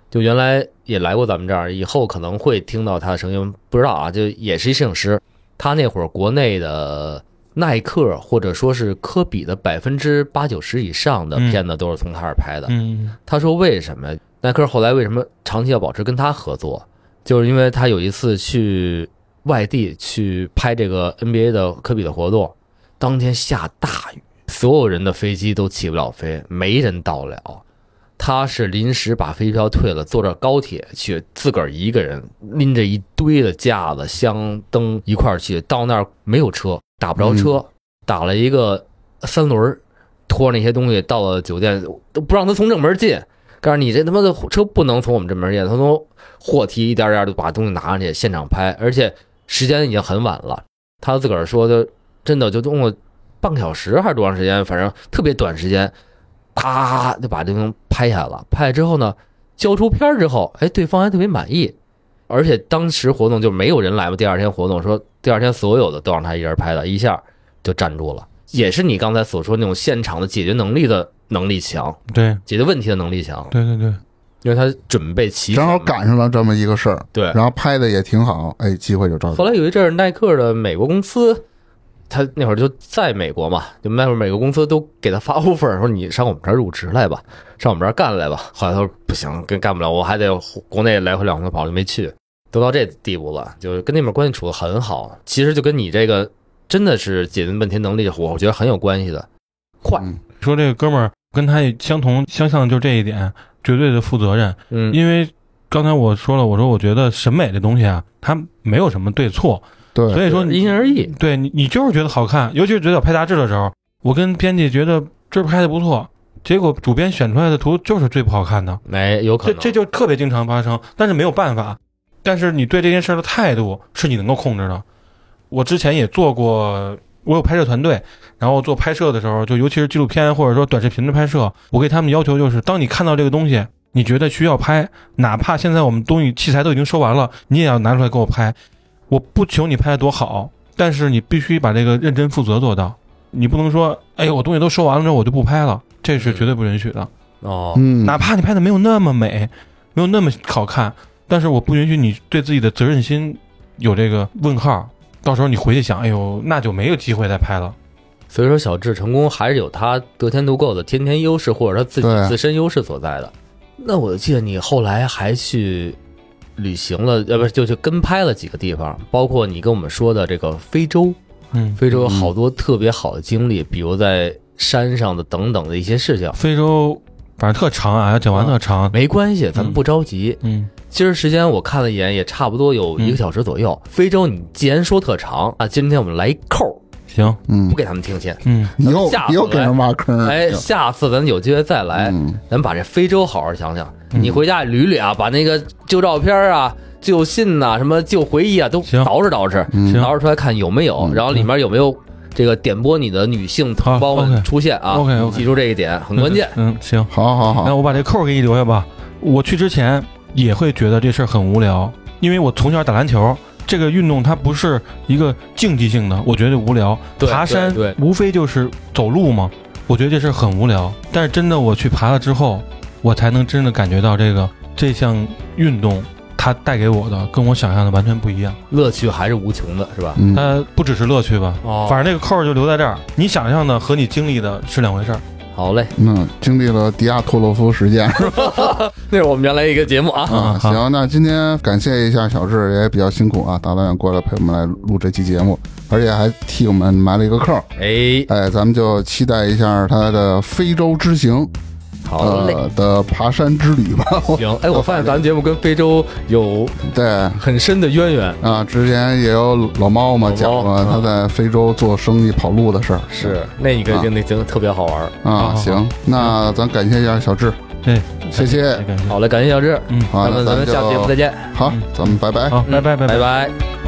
就原来也来过咱们这儿，以后可能会听到他的声音，不知道啊，就也是一摄影师。他那会儿国内的耐克或者说是科比的百分之八九十以上的嗯片子都是从他这儿拍的。嗯他说为什么耐克后来为什么长期要保持跟他合作，就是因为他有一次去外地去拍这个 NBA 的科比的活动，当天下大雨，所有人的飞机都起不了飞，没人到了。他是临时把飞机票退了，坐着高铁去，自个儿一个人拎着一堆的架子、箱、灯一块儿去。到那儿没有车，打不着车，打了一个三轮儿，拖着那些东西到了酒店，都不让他从正门进。告诉你这他妈的车不能从我们这门进，他从货梯一点点的把东西拿上去，现场拍，而且时间已经很晚了。他自个儿说就真的就用了半个小时还是多长时间，反正特别短时间，咔就把这东西拍下来了。拍下来之后呢，交出片儿之后，哎，对方还特别满意，而且当时活动就没有人来嘛，第二天活动说第二天所有的都让他一人拍的，一下就站住了。也是你刚才所说那种现场的解决能力的能力强，对解决问题的能力强，对对对，因为他准备齐全正嘛好赶上了这么一个事儿，对。然后拍的也挺好，哎，机会就找后来有一阵儿，耐克的美国公司，他那会儿就在美国嘛，就那会儿美国公司都给他发 offer，说你上我们这儿入职来吧，上我们这儿干来吧。后来他说不行，跟干不了，我还得国内来回两回跑，就没去。都到这地步了，就是跟那边关系处的很好，其实就跟你这个真的是解决问题能力，我觉得很有关系的。快，嗯说这个哥们儿跟他也相同相像，就这一点，绝对的负责任。嗯，因为刚才我说了，我说我觉得审美这东西啊，它没有什么对错，对，所以说因你人而异，对你你就是觉得好看，尤其是觉得拍杂志的时候，我跟编辑觉得这拍的不错，结果主编选出来的图就是最不好看的，哎，有可这能这就特别经常发生，但是没有办法。但是你对这件事儿的态度是你能够控制的。我之前也做过，我有拍摄团队，然后做拍摄的时候，就尤其是纪录片或者说短视频的拍摄，我给他们要求就是，当你看到这个东西，你觉得需要拍，哪怕现在我们东西器材都已经收完了，你也要拿出来给我拍。我不求你拍的多好，但是你必须把这个认真负责做到。你不能说，哎呦，我东西都收完了之后我就不拍了，这是绝对不允许的。哦，嗯，哪怕你拍的没有那么美，没有那么好看，但是我不允许你对自己的责任心有这个问号。到时候你回去想，哎呦，那就没有机会再拍了。所以说，小智成功还是有他得天独厚的先天优势，或者他自己对自身优势所在的。那我记得你后来还去旅行了，呃，不是，就去跟拍了几个地方，包括你跟我们说的这个非洲，嗯，非洲有好多特别好的经历，比如在山上的等等的一些事情。非洲反正特长啊，讲完特长。没关系，咱们不着急。嗯，今儿时间我看了一眼，也差不多有一个小时左右。嗯非洲，你既然说特长啊，今天我们来一扣儿，行，嗯不，给他们听先。嗯，你又下次你又给人挖坑儿，哎，下次咱有机会再来。嗯，咱把这非洲好好想想。你回家捋捋啊，把那个旧照片啊、旧信呐、什么旧回忆啊，都行捯饬捯饬，嗯行嗯捯饬出来看有没有，然后里面有没有这个点拨你的女性同胞好们，OK 出现啊 OK，OK 记住这一点很 关键。嗯，行，好好那好，我把这扣儿给你留下吧。我去之前也会觉得这事儿很无聊，因为我从小打篮球，这个运动它不是一个竞技性的，我觉得无聊。对爬山对对无非就是走路嘛，我觉得这事儿很无聊。但是真的我去爬了之后，我才能真的感觉到这个这项运动它带给我的跟我想象的完全不一样。乐趣还是无穷的，是吧？嗯，它不只是乐趣吧，哦嗯反正那个扣儿就留在这儿。你想象的和你经历的是两回事儿。好嘞，嗯，经历了迪亚托洛夫事 件。那是我们原来一个节目啊。啊，好行，那今天感谢一下小智，也比较辛苦啊，大老远过来陪我们来录这期节目，而且还替我们埋了一个扣儿。哎，哎，咱们就期待一下他的非洲之行。嗯好嘞，呃的爬山之旅吧。 我行。哎，我发现咱们节目跟非洲有对很深的渊源，啊，之前也有老猫嘛老猫讲过嗯他在非洲做生意跑路的事儿。是那嗯一个啊经历真的特别好玩。啊，好行，那咱感谢一下小智，对，谢谢。哎感谢，好嘞，感谢小志，嗯，好，咱那们咱们就下期节目再见，好嗯，咱们拜拜。好，拜拜拜拜拜。拜。